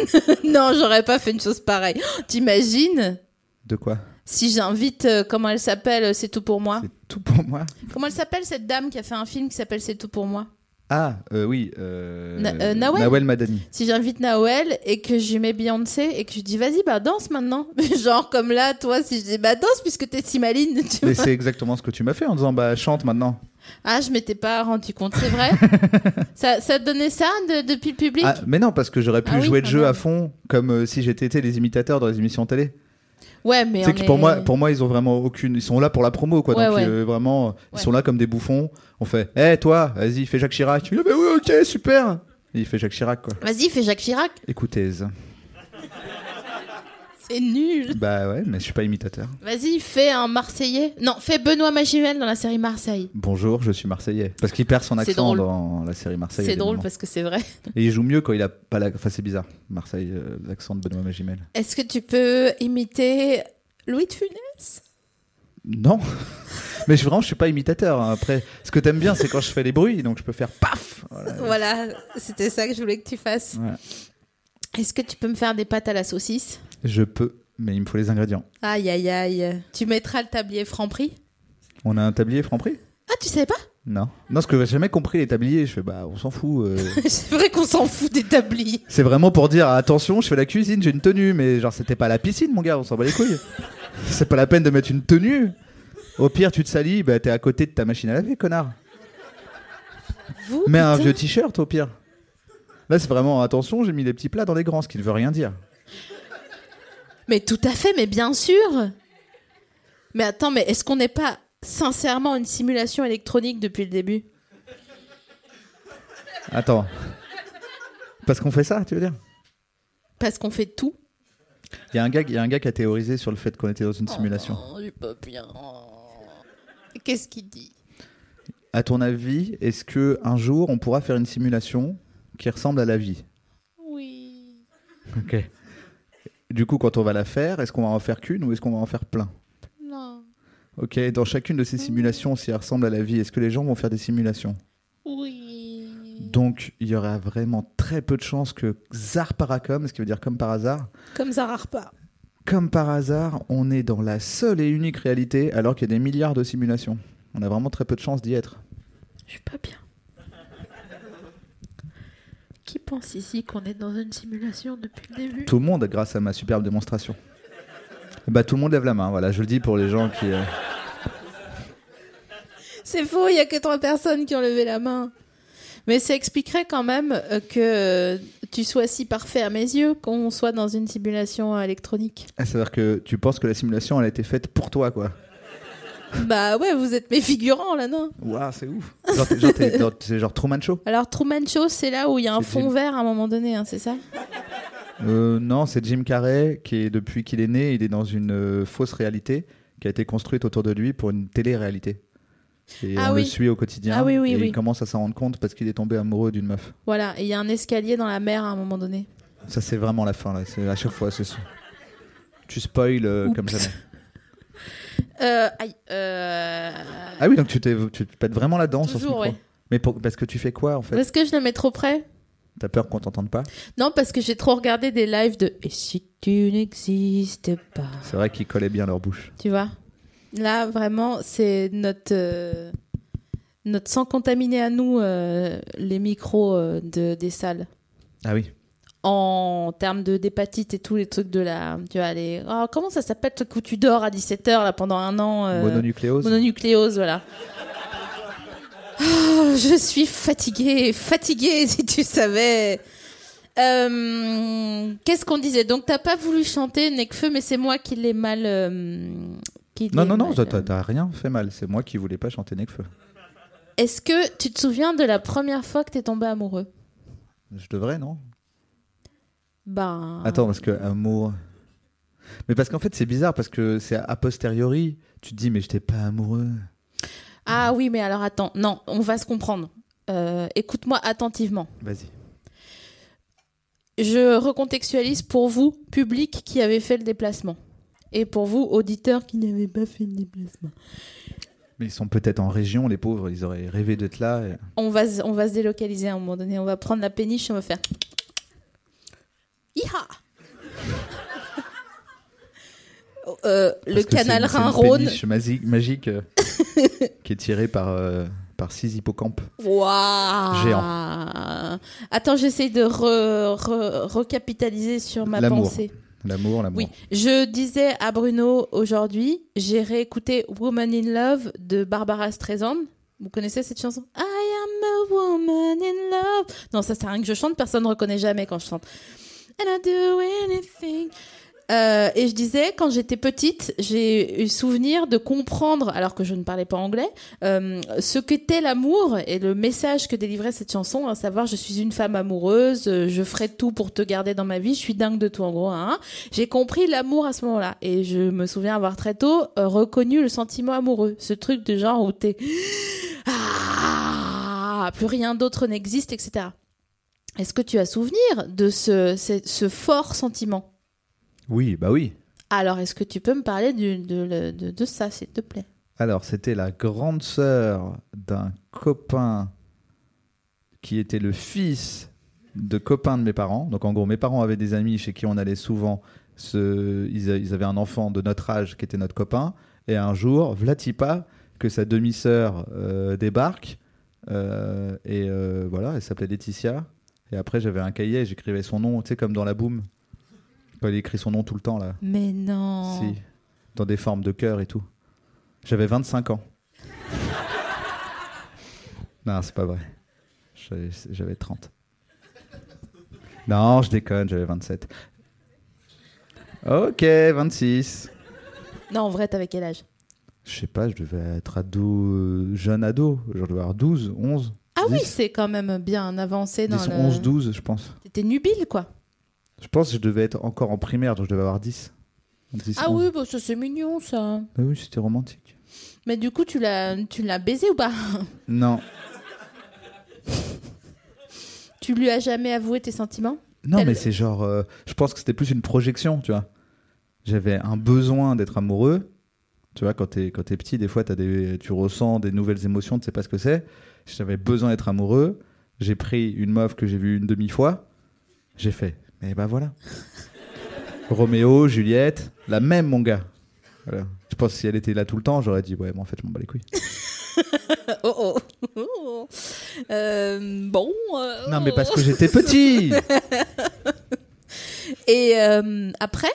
Non, j'aurais pas fait une chose pareille. T'imagines
De quoi
si j'invite, euh, comment elle s'appelle, euh, C'est tout pour moi
C'est tout pour moi.
Comment elle s'appelle cette dame qui a fait un film qui s'appelle C'est tout pour moi
Ah, euh, oui. euh,
Na- euh, Nawel
Madani.
Si j'invite Nawel et que je mets Beyoncé et que je dis vas-y, bah danse maintenant. Genre comme là, toi, si je dis bah danse puisque t'es Simaline, tu
Mais
vois.
c'est exactement ce que tu m'as fait en disant, bah, chante maintenant.
Ah, je m'étais pas rendu compte, c'est vrai ça, ça te donnait ça de- depuis le public
Ah, mais non, parce que j'aurais pu
Ah oui,
jouer le
quand
jeu
même.
à fond, comme euh, si j'étais été les imitateurs dans les émissions télé.
Ouais, mais
Tu sais
on
que
est-
pour moi, pour moi, ils ont vraiment aucune. Ils sont là pour la promo, quoi.
Ouais,
donc
ouais.
euh, vraiment, ils
Ouais.
sont là comme des bouffons. On fait, hé toi, vas-y, fais Jacques Chirac. Tu dis, Ah bah oui, ok, super. Et il fait Jacques Chirac, quoi.
Vas-y, fais Jacques Chirac.
Écoutez,
C'est nul.
bah ouais, mais je suis pas imitateur.
Vas-y, fais un Marseillais. Non, fais Benoît Magimel dans la série Marseille.
Bonjour, je suis Marseillais. Parce qu'il perd son
C'est
accent
drôle.
dans la série Marseille. à
C'est
des
drôle
moments.
parce que c'est vrai.
Et il joue mieux quand il a pas la. Enfin, c'est bizarre. Marseille, euh, l'accent de Benoît Magimel.
Est-ce que tu peux imiter Louis de Funès
Non. Mais je, vraiment, je suis pas imitateur. hein. Après, ce que t'aimes bien, c'est quand je fais les bruits, donc je peux faire paf. Voilà.
Voilà, c'était ça que je voulais que tu fasses.
Voilà.
Est-ce que tu peux me faire des pâtes à la saucisse
Je peux, mais il me faut les ingrédients.
Aïe, aïe, aïe. Tu mettras le tablier Franprix
On a un tablier franc-prix
Ah, tu savais pas
Non. Non, ce que j'ai jamais compris, les tabliers, je fais, bah, on s'en fout. euh.
C'est vrai qu'on s'en fout des tabliers.
c'est vraiment pour dire, attention, je fais la cuisine, j'ai une tenue, mais genre, c'était pas à la piscine, mon gars, on s'en bat les couilles. c'est pas la peine de mettre une tenue. Au pire, tu te salis, bah, t'es à côté de ta machine à laver, connard.
Vous
Mets un
Oh, putain.
vieux t-shirt, au pire. Là, c'est vraiment, attention, j'ai mis les petits plats dans les grands, ce qui ne veut rien dire.
Mais tout à fait, mais bien sûr. Mais attends, mais est-ce qu'on n'est pas sincèrement une simulation électronique depuis le début
Attends. Parce qu'on fait ça, tu veux dire
Parce qu'on fait tout.
Il y, a un gars- il y a un gars qui a théorisé sur le fait qu'on était dans une simulation.
Oh, j'ai pas bien. Qu'est-ce qu'il dit
À ton avis, est-ce que un jour on pourra faire une simulation qui ressemble à la vie
Oui.
Ok. Du coup, quand on va la faire, est-ce qu'on va en faire qu'une ou est-ce qu'on va en faire plein
Non.
Ok. Dans chacune de ces simulations, si elle ressemble à la vie, est-ce que les gens vont faire des simulations
Oui.
Donc, il y aura vraiment très peu de chances que zar paracom, ce qui veut dire comme par hasard,
Comme ça rare pas.
comme par hasard, on est dans la seule et unique réalité, alors qu'il y a des milliards de simulations. On a vraiment très peu de chances d'y être.
Je suis pas bien. Qui pense ici qu'on est dans une simulation depuis le début
Tout le monde, grâce à ma superbe démonstration. Bah, tout le monde lève la main. Voilà, je le dis pour les gens qui. euh,
C'est faux, il y a que trois personnes qui ont levé la main. Mais ça expliquerait quand même euh, que euh, tu sois si parfait à mes yeux qu'on soit dans une simulation euh, électronique.
Ah, C'est-à-dire que tu penses que la simulation, elle a été faite pour toi, quoi.
bah ouais, vous êtes mes figurants là, non
Waouh, c'est ouf. Genre, t'es- genre, t'es- genre, C'est genre Truman Show
Alors Truman Show, c'est là où il y a un
C'est
fond
Jim.
vert à un moment donné, hein, c'est ça
Euh, Non, c'est Jim Carrey qui, est, depuis qu'il est né, il est dans une euh, fausse réalité qui a été construite autour de lui pour une télé-réalité. Et
Ah
on le
oui.
suit au quotidien.
Ah oui, oui,
et
oui.
il commence à s'en rendre compte parce qu'il est tombé amoureux d'une meuf.
Voilà, et il y a un escalier dans la mer à un moment donné.
Ça, c'est vraiment la fin, là. C'est à chaque fois, c'est ça. Tu spoil euh, comme jamais.
Euh, aïe, euh,
Ah oui, donc tu, t'es, tu te pètes vraiment la danse sur ce
Toujours,
micro.
ouais.
Mais pour- parce que tu fais quoi, en fait
Est-ce que je le mets trop près
T'as peur qu'on t'entende pas
Non, parce que j'ai trop regardé des lives de Et si tu n'existes pas
C'est vrai qu'ils collaient bien leur bouche.
Tu vois Là, vraiment, c'est notre, euh, notre sans contaminer à nous euh, les micros euh, de, des salles.
Ah oui.
En termes de d'hépatite et tous les trucs de la. Tu vois, les. oh, comment ça s'appelle le truc où tu dors à 17h là, pendant un an euh,
Mononucléose.
Mononucléose, voilà. Ah, je suis fatiguée, fatiguée, si tu savais. Euh, Qu'est-ce qu'on disait Donc, t'as pas voulu chanter Necfeu, mais c'est moi qui l'ai mal. euh, qui
Non,
l'ai
non, non,
mal,
t'as-
euh.
t'as t'as rien fait mal. C'est moi qui voulais pas chanter Necfeu.
Est-ce que tu te souviens de la première fois que t'es tombé amoureux
Je devrais, non
Ben.
Attends, parce que amour. Mais parce qu'en fait, c'est bizarre, parce que c'est a posteriori. Tu te dis, mais j'étais pas amoureux.
Ah oui, mais alors attends, non, on va se comprendre. Euh, Écoute-moi attentivement.
Vas-y.
Je recontextualise pour vous, public qui avez fait le déplacement. Et pour vous, auditeurs qui n'avez pas fait le déplacement.
Mais ils sont peut-être en région, les pauvres. Ils auraient rêvé d'être là. et-
On va, se- on va se délocaliser à un moment donné. On va prendre la péniche et on va faire. Iha Euh, le
Parce que
canal
c'est une- c'est une
Rhin-Rhône.
péniche masi- magique euh, qui est tirée par, euh, par six hippocampes.
Waouh Attends, j'essaye de re- re- recapitaliser sur ma
L'amour.
pensée.
L'amour, l'amour.
Oui, je disais à Bruno aujourd'hui, j'ai réécouté Woman in Love de Barbara Streisand. Vous connaissez cette chanson I am a woman in love. Non, ça sert à rien que je chante, personne ne reconnaît jamais quand je chante. And I do anything. Euh, et je disais, quand j'étais petite, j'ai eu souvenir de comprendre, alors que je ne parlais pas anglais, euh, ce qu'était l'amour et le message que délivrait cette chanson, à savoir je suis une femme amoureuse, euh, je ferai tout pour te garder dans ma vie, je suis dingue de toi en gros. hein. J'ai compris l'amour à ce moment-là et je me souviens avoir très tôt euh, reconnu le sentiment amoureux, ce truc de genre où t'es ah, plus rien d'autre n'existe, etc. Est-ce que tu as souvenir de ce, ce- ce fort sentiment
Oui, bah oui.
Alors, est-ce que tu peux me parler du- de, le- de- de ça, s'il te plaît
Alors, c'était la grande sœur d'un copain qui était le fils de copain de mes parents. Donc, en gros, mes parents avaient des amis chez qui on allait souvent. Ce- Ils, a- ils avaient un enfant de notre âge qui était notre copain. Et un jour, Vlatipa, que sa demi-sœur euh, débarque. Euh, et euh, voilà, elle s'appelait Laetitia. Et après, j'avais un cahier et j'écrivais son nom, tu sais, comme dans la boum. Quand il écrit son nom tout le temps, là.
Mais non.
Si, dans des formes de cœur et tout. J'avais 25 ans. non, c'est pas vrai. J'avais- J'avais 30. Non, je déconne, j'avais 27. Ok, 26.
Non, en vrai, t'avais quel âge
Je sais pas, je devais être ado, euh, jeune ado. Je devais avoir 12, 11.
Ah oui, c'est quand même bien avancé dans
10,
le...
11, 12, je pense.
T'étais nubile, quoi.
Je pense que je devais être encore en primaire, donc je devais avoir 10. 10,
Ah
11.
oui, bah, ça c'est mignon, ça.
Bah oui, c'était romantique.
Mais du coup, tu l'as tu l'as baisé ou pas
Non.
Tu lui as jamais avoué tes sentiments
Non,
Elle-
mais c'est genre. euh, je pense que c'était plus une projection, tu vois. J'avais un besoin d'être amoureux. Tu vois, quand t'es, quand t'es petit, des fois, t'as des, tu ressens des nouvelles émotions, tu sais pas ce que c'est. J'avais besoin d'être amoureux. J'ai pris une meuf que j'ai vue une demi-fois. J'ai fait. Mais ben voilà. Roméo, Juliette, la même, mon gars. Voilà. Je pense que si elle était là tout le temps, j'aurais dit, ouais, bon, en fait, je m'en bats les couilles.
Oh oh. Euh, bon. euh,
Non, mais parce que j'étais petit
Et euh, après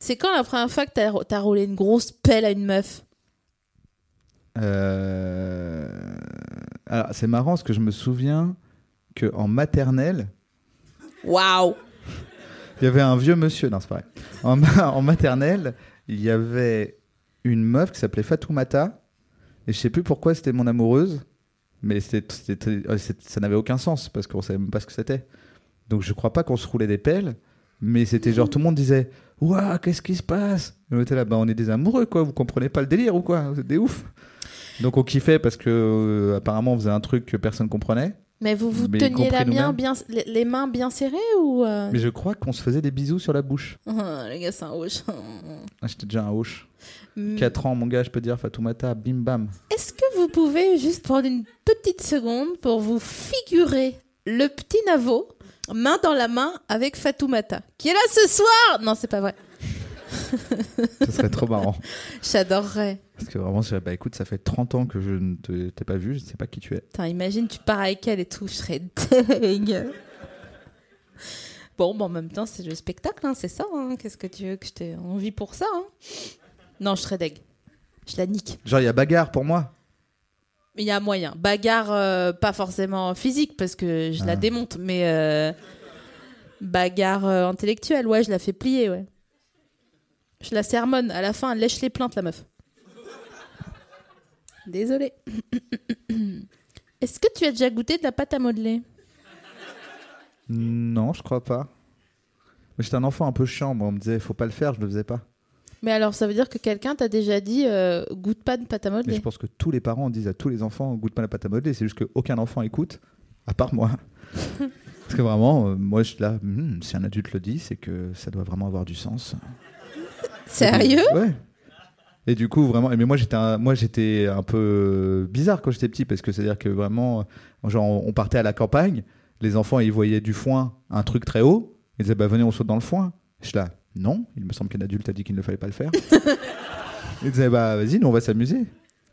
C'est quand la première fois que t'as as roulé une grosse pelle à une meuf
Euh, Alors, c'est marrant parce que je me souviens que en maternelle,
Waouh
il y avait un vieux monsieur. Non, c'est pas vrai. En, ma- en maternelle, il y avait une meuf qui s'appelait Fatoumata. Et je sais plus pourquoi c'était mon amoureuse. Mais c'était- c'était- euh, c'est- ça n'avait aucun sens parce qu'on savait même pas ce que c'était. Donc je crois pas qu'on se roulait des pelles. Mais c'était genre tout le monde disait Waouh, qu'est-ce qui se passe Et on était là, bah, on est des amoureux quoi, vous comprenez pas le délire ou quoi Vous êtes des ouf Donc on kiffait parce que euh, apparemment on faisait un truc que personne comprenait.
Mais vous vous
Mais y
teniez la
compris
main
nous-mêmes.
bien, les, les mains bien serrées ou euh,
Mais je crois qu'on se faisait des bisous sur la bouche.
Ah, Les gars, c'est un rouge.
Ah, J'étais déjà un hoche.
Mm.
4 ans, mon gars, je peux dire Fatoumata, bim bam.
Est-ce que vous pouvez juste prendre une petite seconde pour vous figurer le petit Navo main dans la main avec Fatoumata qui est là ce soir Non, c'est pas vrai.
Ça serait trop marrant.
J'adorerais.
Parce que vraiment, c'est- bah écoute, ça fait 30 ans que je ne te- t'ai pas vu, je ne sais pas qui tu es.
Putain, imagine, tu pars avec elle et tout, je serais dingue. Bon, bah, en même temps, c'est le spectacle, hein, c'est ça. hein. Qu'est-ce que tu veux que je te... On vit pour ça. hein. Non, je serais deg. Je la nique.
Genre, il y a bagarre pour moi.
Mais Il y a moyen. Bagarre, euh, pas forcément physique, parce que je la démonte, mais euh, bagarre euh, intellectuelle, ouais, je la fais plier, ouais. Je la sermonne. À la fin, elle lèche les plaintes, la meuf. Désolée. Est-ce que tu as déjà goûté de la pâte à modeler
Non, je crois pas. Mais J'étais un enfant un peu chiant, moi, on me disait, faut pas le faire, je le faisais pas.
Mais alors, ça veut dire que quelqu'un t'a déjà dit euh, goûte pas de pâte à
Mais
modeler
je pense que tous les parents disent à tous les enfants, goûte pas la pâte à modeler, c'est juste qu'aucun enfant écoute, à part moi. Parce que vraiment, euh, moi, je suis là, Hmm, si un adulte le dit, c'est que ça doit vraiment avoir du sens.
Sérieux
Ouais. Et du coup, vraiment, mais moi j'étais un, moi, j'étais un peu bizarre quand j'étais petit, parce que c'est-à-dire que vraiment, euh, genre, on partait à la campagne, les enfants, ils voyaient du foin, un truc très haut, ils disaient, bah venez, on saute dans le foin. Je suis là, non, il me semble qu'un adulte a dit qu'il ne fallait pas le faire. ils disaient, bah vas-y, nous, on va s'amuser.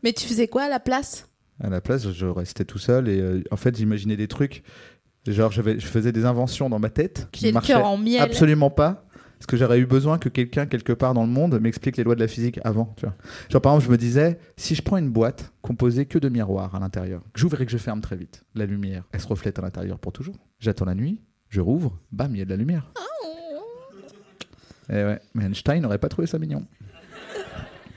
Mais tu faisais quoi à la place
À la place, je restais tout seul et euh, en fait, j'imaginais des trucs. Genre, j'avais- je faisais des inventions dans ma tête qui
J'ai
ne
le
marchaient
cœur en miel.
absolument pas. Parce que j'aurais eu besoin que quelqu'un, quelque part dans le monde, m'explique les lois de la physique avant. Tu vois. Genre, par exemple, je me disais, si je prends une boîte composée que de miroirs à l'intérieur, que j'ouvre et que je ferme très vite, la lumière, elle se reflète à l'intérieur pour toujours. J'attends la nuit, je rouvre, bam, il y a de la lumière. Et ouais, mais Einstein n'aurait pas trouvé ça mignon.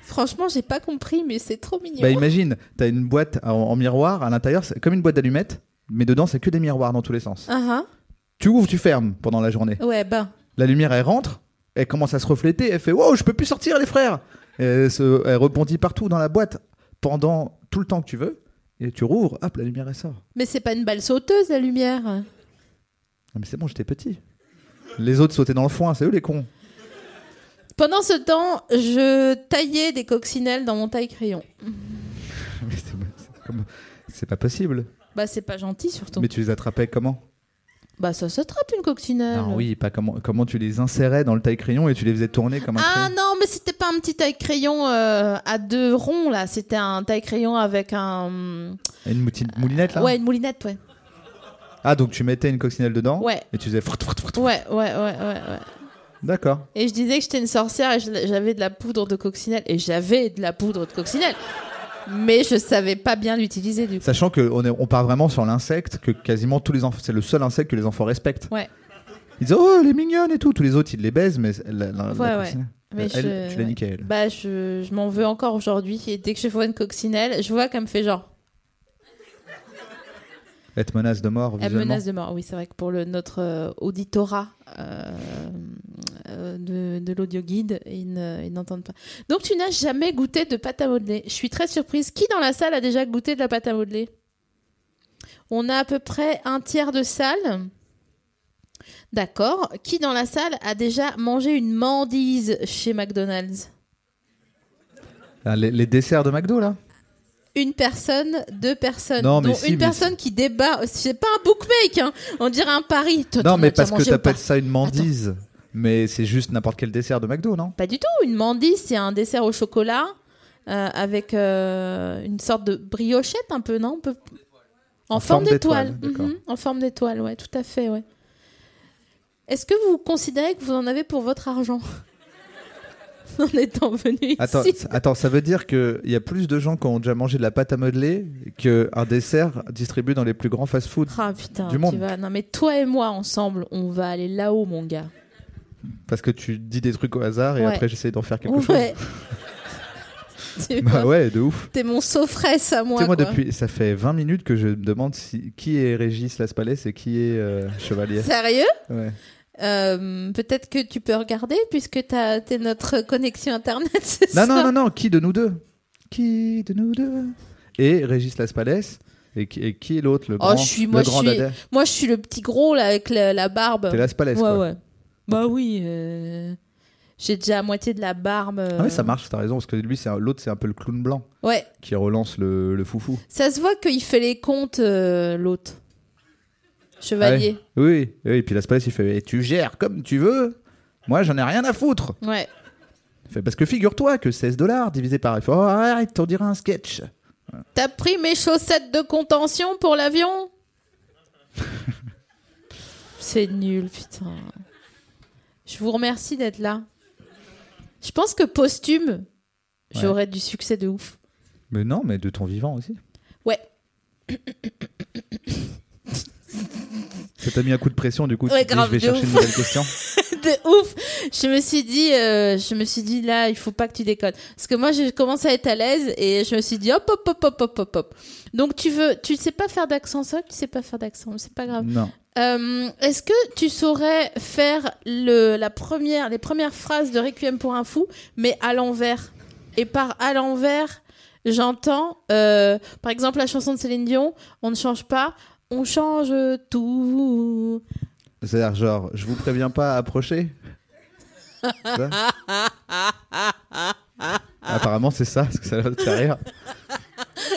Franchement, j'ai pas compris, mais c'est trop mignon.
Bah imagine, t'as une boîte en, en miroir à l'intérieur, c'est comme une boîte d'allumettes, mais dedans c'est que des miroirs dans tous les sens.
Ah
Tu ouvres, tu fermes pendant la journée.
ah. Ouais, ben.
La lumière elle rentre, elle commence à se refléter, elle fait wow, je peux plus sortir les frères. Et elle, se- elle rebondit partout dans la boîte pendant tout le temps que tu veux, et tu rouvres, hop, la lumière elle sort.
Mais c'est pas une balle sauteuse, la lumière.
Ah, mais c'est bon, j'étais petit. Les autres sautaient dans le foin, c'est eux les cons.
Pendant ce temps, je taillais des coccinelles dans mon taille-crayon.
Mais c'est- c'est comme- C'est pas possible.
Bah, c'est pas gentil, surtout.
Mais tu les attrapais comment
Bah, ça s'attrape, une coccinelle.
Non, Ah oui, pas comment. Comment tu les insérais dans le taille-crayon et tu les faisais tourner comme un
Ah
crayon
non, mais c'était pas un petit taille-crayon euh, à deux ronds, là. C'était un taille-crayon avec un...
Une petite moulinette là
Ouais, une moulinette, ouais.
Ah, donc tu mettais une coccinelle dedans
Ouais.
et tu faisais frotte, frotte, frotte.
Ouais, ouais, ouais, ouais, ouais.
D'accord.
Et je disais que j'étais une sorcière et je- j'avais de la poudre de coccinelle. Et j'avais de la poudre de coccinelle. Mais je savais pas bien l'utiliser, du coup.
Sachant qu'on on part vraiment sur l'insecte que quasiment tous les enfants. C'est le seul insecte que les enfants respectent.
Ouais.
Ils disent Oh, elle est mignonne et tout. Tous les autres, ils les baisent, mais la, la- la
Ouais, ouais.
coccinelle,
Mais
elle,
je-
tu l'as niquée, elle.
Bah, je, je m'en veux encore aujourd'hui. Et dès que je vois une coccinelle, je vois qu'elle me fait genre.
Elle te menace de mort
Elle
visuellement.
menace de mort. Oui, c'est vrai que pour le, notre euh, auditorat euh, euh, de, de l'audio guide, ils ne- ils n'entendent pas. Donc, tu n'as jamais goûté de pâte à modeler. Je suis très surprise. Qui dans la salle a déjà goûté de la pâte à modeler On a à peu près un tiers de salle. D'accord. Qui dans la salle a déjà mangé une mandise chez McDonald's
Ah, Les, les desserts de McDo là
une personne, deux personnes.
Non, mais
dont
si,
une
mais
personne qui débat. C'est pas un bookmake, hein. on dirait un pari. Toi, t'en
Non,
as
mais
déjà
parce que
mangé ou
t'appelles
pas
ça une mandise. Mais c'est juste n'importe quel dessert de McDo, non
Pas du tout. Une mandise, c'est un dessert au chocolat euh, avec euh, une sorte de briochette, un peu, non Un peu- En, forme,
forme
d'étoile.
d'étoile,
Mhm, En forme d'étoile, ouais, tout à fait, ouais. Est-ce que vous considérez que vous en avez pour votre argent en étant venu ici
Attends, ça- attends, ça veut dire qu'il y a plus de gens qui ont déjà mangé de la pâte à modeler qu'un dessert distribué dans les plus grands fast-food.
Ah putain,
du
tu
monde.
vas- Non mais toi et moi ensemble, on va aller là-haut, mon gars.
Parce que tu dis des trucs au hasard et
Ouais.
après j'essaie d'en faire quelque
ouais.
chose.
Tu
Bah
vois,
ouais, de ouf.
T'es mon saufresse à
Tu
moi.
sais, moi,
quoi.
depuis, ça fait 20 minutes que je me demande si, qui est Régis Laspalais et qui est euh, Chevalier.
Sérieux
Ouais.
Euh, Peut-être que tu peux regarder puisque t'as- t'es notre connexion internet. ce
Non,
soir.
non, non, non, qui de nous deux Qui de nous deux Et Régis Laspalais, Et qui, et qui est l'autre Le
Oh,
grand,
je suis-
le
moi, je
grand
suis-
dada
Moi, je suis le petit gros là avec la, la barbe.
T'es Las Palais,
ouais,
quoi.
ouais. Bah oui. euh, J'ai déjà à moitié de la barbe. euh.
Ah ouais, ça marche, t'as raison, parce que lui, c'est un- l'autre, c'est un peu le clown blanc
Ouais.
qui relance le, le foufou.
Ça se voit qu'il fait les comptes, euh, l'autre. Chevalier.
Ah ouais. Oui, oui, oui, et puis Las Palais, il fait Et tu gères comme tu veux, moi, j'en ai rien à foutre.
Ouais.
Il fait, Parce que figure-toi que 16 dollars divisé par. Il fait Oh, arrête, on dirait un sketch.
T'as pris mes chaussettes de contention pour l'avion C'est nul, putain. Je vous remercie d'être là. Je pense que posthume, j'aurais du succès de ouf.
Mais non, mais de ton vivant aussi.
Ouais.
Ça t'a mis un coup de pression, du coup,
Ouais,
tu te dis,
grave,
je vais
de
chercher
ouf.
une nouvelle question.
de ouf. Je me suis dit, euh, je me suis dit là, il faut pas que tu déconnes. Parce que moi, j'ai commencé à être à l'aise et je me suis dit hop, hop, hop, hop, hop, hop, hop. Donc tu veux, tu sais pas faire d'accent, ça, tu sais pas faire d'accent, mais c'est pas grave.
Non.
Euh, Est-ce que tu saurais faire le, la première, les premières phrases de Requiem pour un fou, mais à l'envers Et par à l'envers, j'entends, euh, par exemple, la chanson de Céline Dion, on ne change pas, on change tout.
C'est-à-dire, genre, je vous préviens pas, approchez. Ça Apparemment, c'est ça, parce que ça a l'air de te faire rire.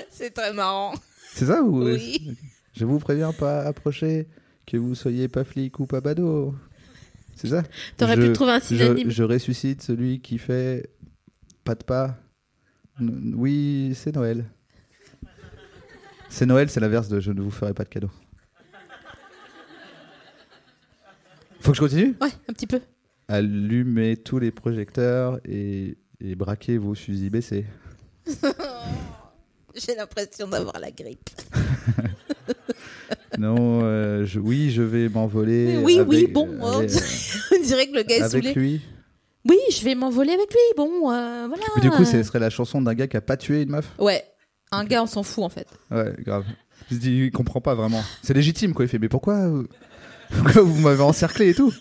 C'est très marrant.
C'est ça ou
Oui.
Je vous préviens pas, approchez, que vous soyez pas flic ou pas badaud. C'est ça
T'aurais pu
Je-
trouver un synonyme.
Je, je ressuscite celui qui fait pas de pas. N- oui, c'est Noël. C'est Noël, c'est l'inverse de je ne vous ferai pas de cadeau. Faut que je continue
Ouais, un petit peu.
Allumez tous les projecteurs et, et braquez vos fusils baissés.
J'ai l'impression d'avoir la grippe.
Non, euh, je- oui, je vais m'envoler.
Oui, oui,
avec-
bon, hein.
avec-
On dirait que le gars est
avec
saoulé.
lui.
Oui, je vais m'envoler avec lui. Bon, euh, voilà.
Mais du coup, ce serait la chanson d'un gars qui a pas tué une meuf.
Ouais, un gars, on s'en fout en fait.
Ouais, grave. Il se dit, il comprend pas vraiment. C'est légitime, quoi. Il fait, mais pourquoi, euh, pourquoi vous m'avez encerclé et tout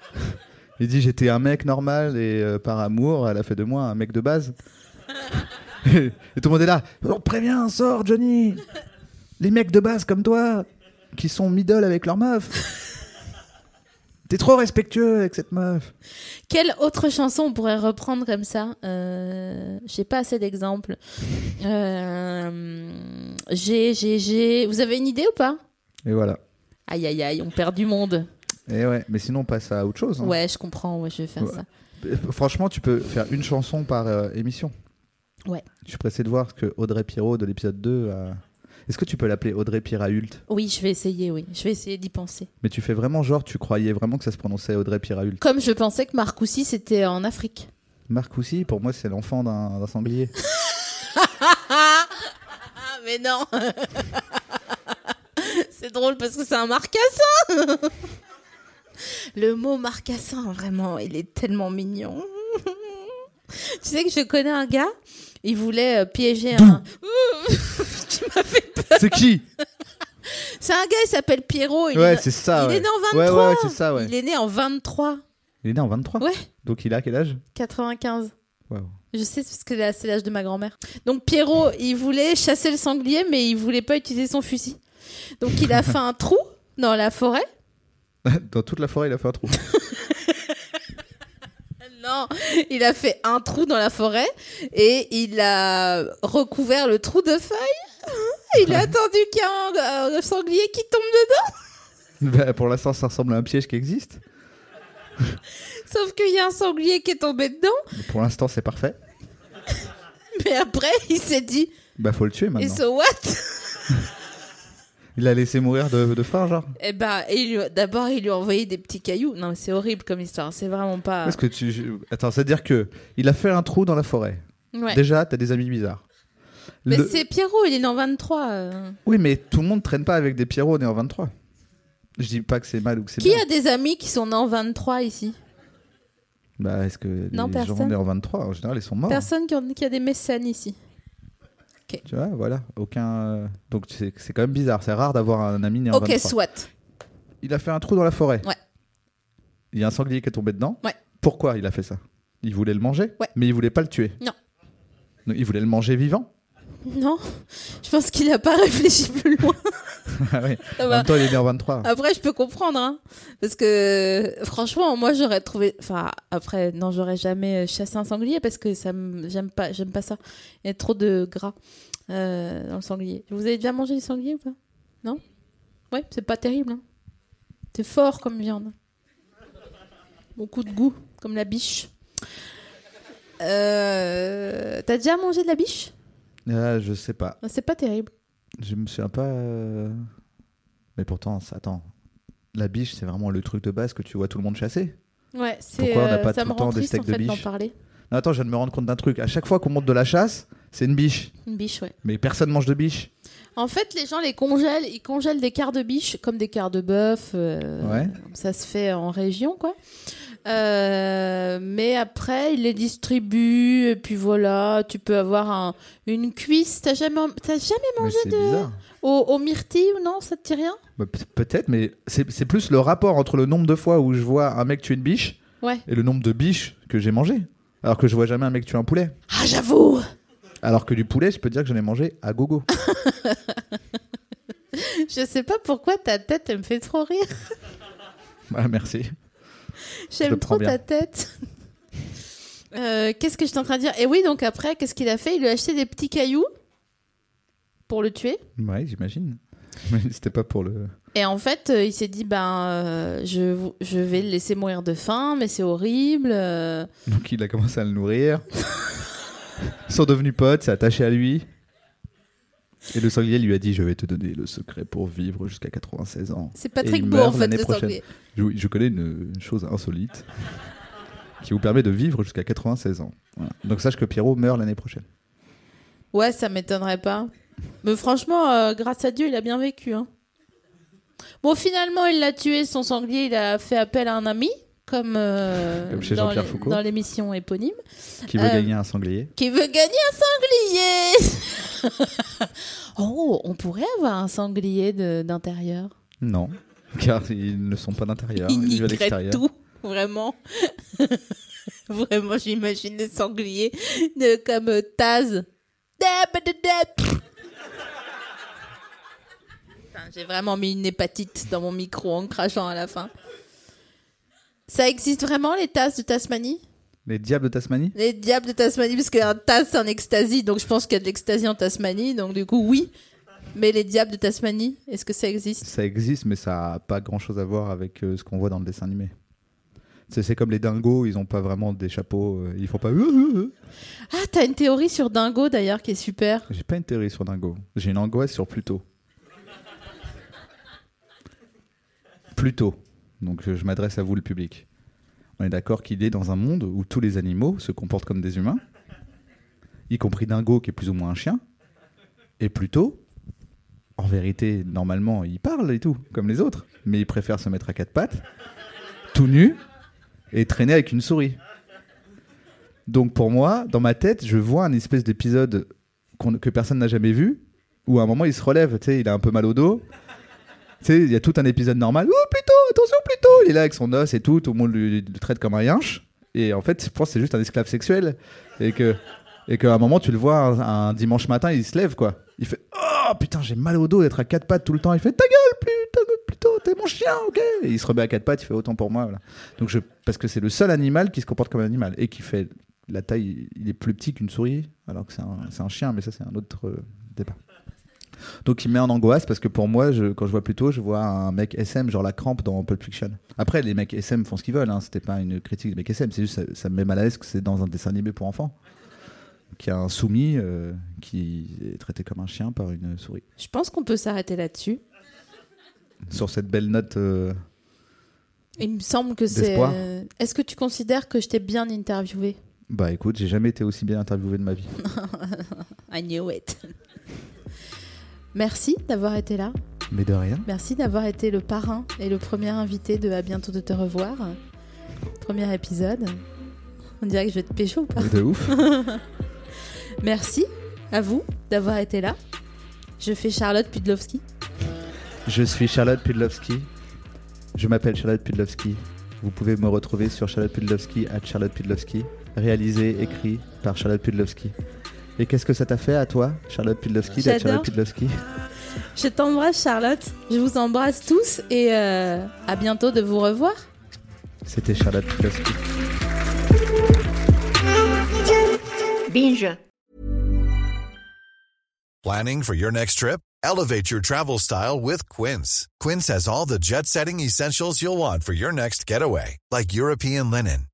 Il dit, j'étais un mec normal et euh, par amour, elle a fait de moi un mec de base. et, et tout le monde est là, on prévient, sors, Johnny Les mecs de base comme toi, qui sont middle avec leur meuf. T'es trop respectueux avec cette meuf.
Quelle autre chanson on pourrait reprendre comme ça euh, J'ai pas assez d'exemples. Euh, j'ai, j'ai, j'ai. Vous avez une idée ou pas
Et voilà.
Aïe, aïe, aïe, on perd du monde.
Et ouais, mais sinon, on passe à autre chose. hein.
Ouais, je comprends, ouais, je vais faire
Ouais.
ça.
Euh, Franchement, tu peux faire une chanson par euh, émission.
Ouais.
Je suis pressé de voir ce que Audrey Pirot de l'épisode 2 a- Est-ce que tu peux l'appeler Audrey Pirahult
Oui, je vais essayer, oui. Je vais essayer d'y penser.
Mais tu fais vraiment genre, tu croyais vraiment que ça se prononçait Audrey Pirahult.
Comme je pensais que Marcoussi, c'était en Afrique.
Marc aussi, pour moi, c'est l'enfant d'un d'un sanglier.
Ah, mais non C'est drôle parce que c'est un marcassin Le mot marcassin, vraiment, il est tellement mignon. Tu sais que je connais un gars, il voulait euh, piéger un. tu m'as fait peur.
c'est qui
C'est un gars, il s'appelle Pierrot. Il
Ouais,
est...
c'est ça.
il
ouais.
est né en
Ouais,
23.
ouais, ouais, c'est ça, ouais.
Il est né en 23.
Il est né en 23.
Ouais,
Donc il a quel âge
95.
Waouh.
Je sais parce que là, c'est l'âge de ma grand-mère. Donc Pierrot, il voulait chasser le sanglier, mais il voulait pas utiliser son fusil. Donc il a fait un trou dans la forêt.
Dans toute la forêt, il a fait un trou.
Non, il a fait un trou dans la forêt et il a recouvert le trou de feuilles. Il a attendu qu'il y ait un, un sanglier qui tombe dedans.
Bah, pour l'instant, ça ressemble à un piège qui existe.
Sauf qu'il y a un sanglier qui est tombé dedans.
Mais pour l'instant, c'est parfait.
Mais après, il s'est dit,
Bah, faut le tuer
et
maintenant.
so what
Il l'a laissé mourir de, de faim, genre.
Eh ben, et il lui- d'abord, il lui a envoyé des petits cailloux. Non, mais c'est horrible comme histoire. C'est vraiment pas.
Parce que tu. Attends, c'est-à-dire que il a fait un trou dans la forêt.
Ouais.
Déjà, t'as des amis bizarres.
Mais
Le-
c'est Pierrot, il est né en 23. euh.
Oui, mais tout le monde traîne pas avec des Pierrot nés en 23. Je dis pas que c'est mal ou que c'est
Qui
Eh bien.
a des amis qui sont nés en 23 ici
Bah, est-ce que les
Non,
gens
personne.
nés en 23, en général, ils sont morts
Personne qui, en- qui a des mécènes ici.
Tu vois, voilà. Aucun. euh, Donc, c'est c'est quand même bizarre. C'est rare d'avoir un ami né en
Ok,
23.
soit.
Il a fait un trou dans la forêt.
Ouais.
Il y a un sanglier qui est tombé dedans.
Ouais.
Pourquoi il a fait ça Il voulait le manger,
Ouais.
mais il voulait pas le tuer.
Non.
Donc, il voulait le manger vivant.
Non, je pense qu'il n'a pas réfléchi plus loin.
Ah oui.
Ça
En
va. Ah.
même temps, il est né en 23.
Après, je peux comprendre, hein. Parce que, franchement, moi, j'aurais trouvé. Enfin, après, non, j'aurais jamais chassé un sanglier parce que ça me- j'aime pas, j'aime pas ça. Il y a trop de gras euh, dans le sanglier. Vous avez déjà mangé du sanglier ou pas Non Ouais, c'est pas terrible. hein. C'est fort comme viande. Beaucoup de goût, comme la biche. Euh, T'as déjà mangé de la biche
Ah, je sais pas.
Non, C'est pas terrible.
Je me souviens pas. euh, Mais pourtant, ça- attends. La biche, c'est vraiment le truc de base que tu vois tout le monde chasser.
Ouais, c'est.
Pourquoi on n'a
euh,
pas
ça
tout
me
le temps
rend
des
triste en
steaks de
fait d'en
biche
parler.
Non, attends, je viens de me rendre compte d'un truc. À chaque fois qu'on monte de la chasse, c'est une biche.
Une biche, ouais.
Mais personne mange de biche.
En fait, les gens les congèlent, ils congèlent des quarts de biche comme des quarts de bœuf. euh,
Ouais.
Ça se fait en région, quoi. Euh, mais après, ils les distribuent, et puis voilà, tu peux avoir un- une cuisse. T'as jamais, t'as jamais
Mais
mangé
c'est
de.
bizarre.
Au, au myrtille ou non Ça te dit rien
Bah, peut- Peut-être, mais c'est c'est plus le rapport entre le nombre de fois où je vois un mec tuer une biche
Ouais.
et le nombre de biches que j'ai mangé. Alors que je vois jamais un mec tuer un poulet.
Ah, j'avoue
Alors que du poulet, je peux dire que j'en ai mangé à gogo.
Je sais pas pourquoi ta tête, elle me fait trop rire.
ah, merci. Je
J'aime
le prends
trop ta
bien.
tête. Euh, qu'est-ce que je suis en train de dire Et oui, donc après, qu'est-ce qu'il a fait Il lui a acheté des petits cailloux pour le tuer.
Ouais, j'imagine. Mais c'était pas pour le.
Et en fait, euh, il s'est dit, ben, euh, je, vou- je vais le laisser mourir de faim, mais c'est horrible. euh.
Donc il a commencé à le nourrir. Ils sont devenus potes, s'est attaché à lui. Et le sanglier lui a dit Je vais te donner le secret pour vivre jusqu'à 96 ans.
C'est
Et
Patrick
il
Beau, en
meurt
fait,
l'année
le
prochaine.
sanglier.
Je, je connais une, une chose insolite qui vous permet de vivre jusqu'à 96 ans. Voilà. Donc sache que Pierrot meurt l'année prochaine.
Ouais, ça m'étonnerait pas. Mais franchement, euh, grâce à Dieu, il a bien vécu. hein. Bon, finalement, il l'a tué, son sanglier, il a fait appel à un ami, comme, euh,
Comme chez
dans
Jean-Pierre
l'é-
Foucault.
dans l'émission éponyme.
Qui veut
Euh,
gagner un sanglier
qui veut gagner un sanglier. oh, on pourrait avoir un sanglier de- d'intérieur.
Non. Car ils ne sont pas d'intérieur,
Il
ils vivent à
niquerait
l'extérieur.
tout, vraiment. vraiment, j'imagine des sangliers de, comme euh, Taz. Da, ba, da, da, pff. Putain, J'ai vraiment mis une hépatite dans mon micro en crachant à la fin. Ça existe vraiment les Taz de Tasmanie
Les diables de Tasmanie
les diables de Tasmanie, parce qu'un tas, c'est un ecstasy, donc je pense qu'il y a de l'ecstasy en Tasmanie, donc du coup, oui. Mais les diables de Tasmanie, est-ce que ça existe
Ça existe, mais ça n'a pas grand-chose à voir avec euh, ce qu'on voit dans le dessin animé. C'est c'est comme les dingos, ils n'ont pas vraiment des chapeaux, euh, ils font pas...
Ah, t'as une théorie sur Dingo d'ailleurs qui est super.
J'ai pas une théorie sur Dingo. J'ai une angoisse sur Pluto. Pluto. Donc euh, je m'adresse à vous, le public. On est d'accord qu'il est dans un monde où tous les animaux se comportent comme des humains, y compris Dingo qui est plus ou moins un chien. Et Pluto, en vérité, normalement, il parle et tout, comme les autres, mais il préfère se mettre à quatre pattes, tout nu, et traîner avec une souris. Donc pour moi, dans ma tête, je vois un espèce d'épisode qu'on- que personne n'a jamais vu, où à un moment il se relève, tu sais, il a un peu mal au dos. Tu sais, il y a tout un épisode normal. Oh, plutôt, attention, plutôt Il est là avec son os et tout, tout le monde lui- le traite comme un yinche. Et en fait, je pense que c'est juste un esclave sexuel. Et que. Et qu'à un moment, tu le vois un, un dimanche matin, il se lève, quoi. Il fait Oh putain, j'ai mal au dos d'être à quatre pattes tout le temps. Il fait Ta gueule, putain, plutôt, t'es mon chien, ok Et il se remet à quatre pattes, il fait autant pour moi, voilà. Donc je, parce que c'est le seul animal qui se comporte comme un animal et qui fait la taille, il est plus petit qu'une souris, alors que c'est un, c'est un chien, mais ça c'est un autre euh, débat. Donc il me met en angoisse parce que pour moi, je- quand je vois Pluto, je vois un mec SM, genre la crampe dans Pulp Fiction. Après, les mecs SM font ce qu'ils veulent, hein, c'était pas une critique des mecs SM, c'est juste ça, ça me met mal à l'aise que c'est dans un dessin animé pour enfants. Qui a un soumis euh, qui est traité comme un chien par une souris.
Je pense qu'on peut s'arrêter là-dessus.
Sur cette belle note. euh,
Il me semble que c'est.
D'espoir.
euh, Est-ce que tu considères que je t'ai bien interviewé
bah écoute, j'ai jamais été aussi bien interviewé de ma vie.
I knew it. Merci d'avoir été là.
Mais de rien.
Merci d'avoir été le parrain et le premier invité de À bientôt de te revoir. Premier épisode. On dirait que je vais te pécho ou pas
mais De ouf.
Merci à vous d'avoir été là. Je fais Charlotte Pudlowski.
Je suis Charlotte Pudlowski. Je m'appelle Charlotte Pudlowski. Vous pouvez me retrouver sur Charlotte Pudlowski à Charlotte Pudlowski. Réalisé, écrit par Charlotte Pudlowski. Et qu'est-ce que ça t'a fait à toi, Charlotte Pidlowski,
J'adore.
d'être Charlotte Pidlowski
Je t'embrasse, Charlotte. Je vous embrasse tous et euh, à bientôt de vous revoir.
C'était Charlotte Pidlowski.
Binge.
Planning for your next trip? Elevate your travel style with Quince. Quince has all the jet setting essentials you'll want for your next getaway, like European linen,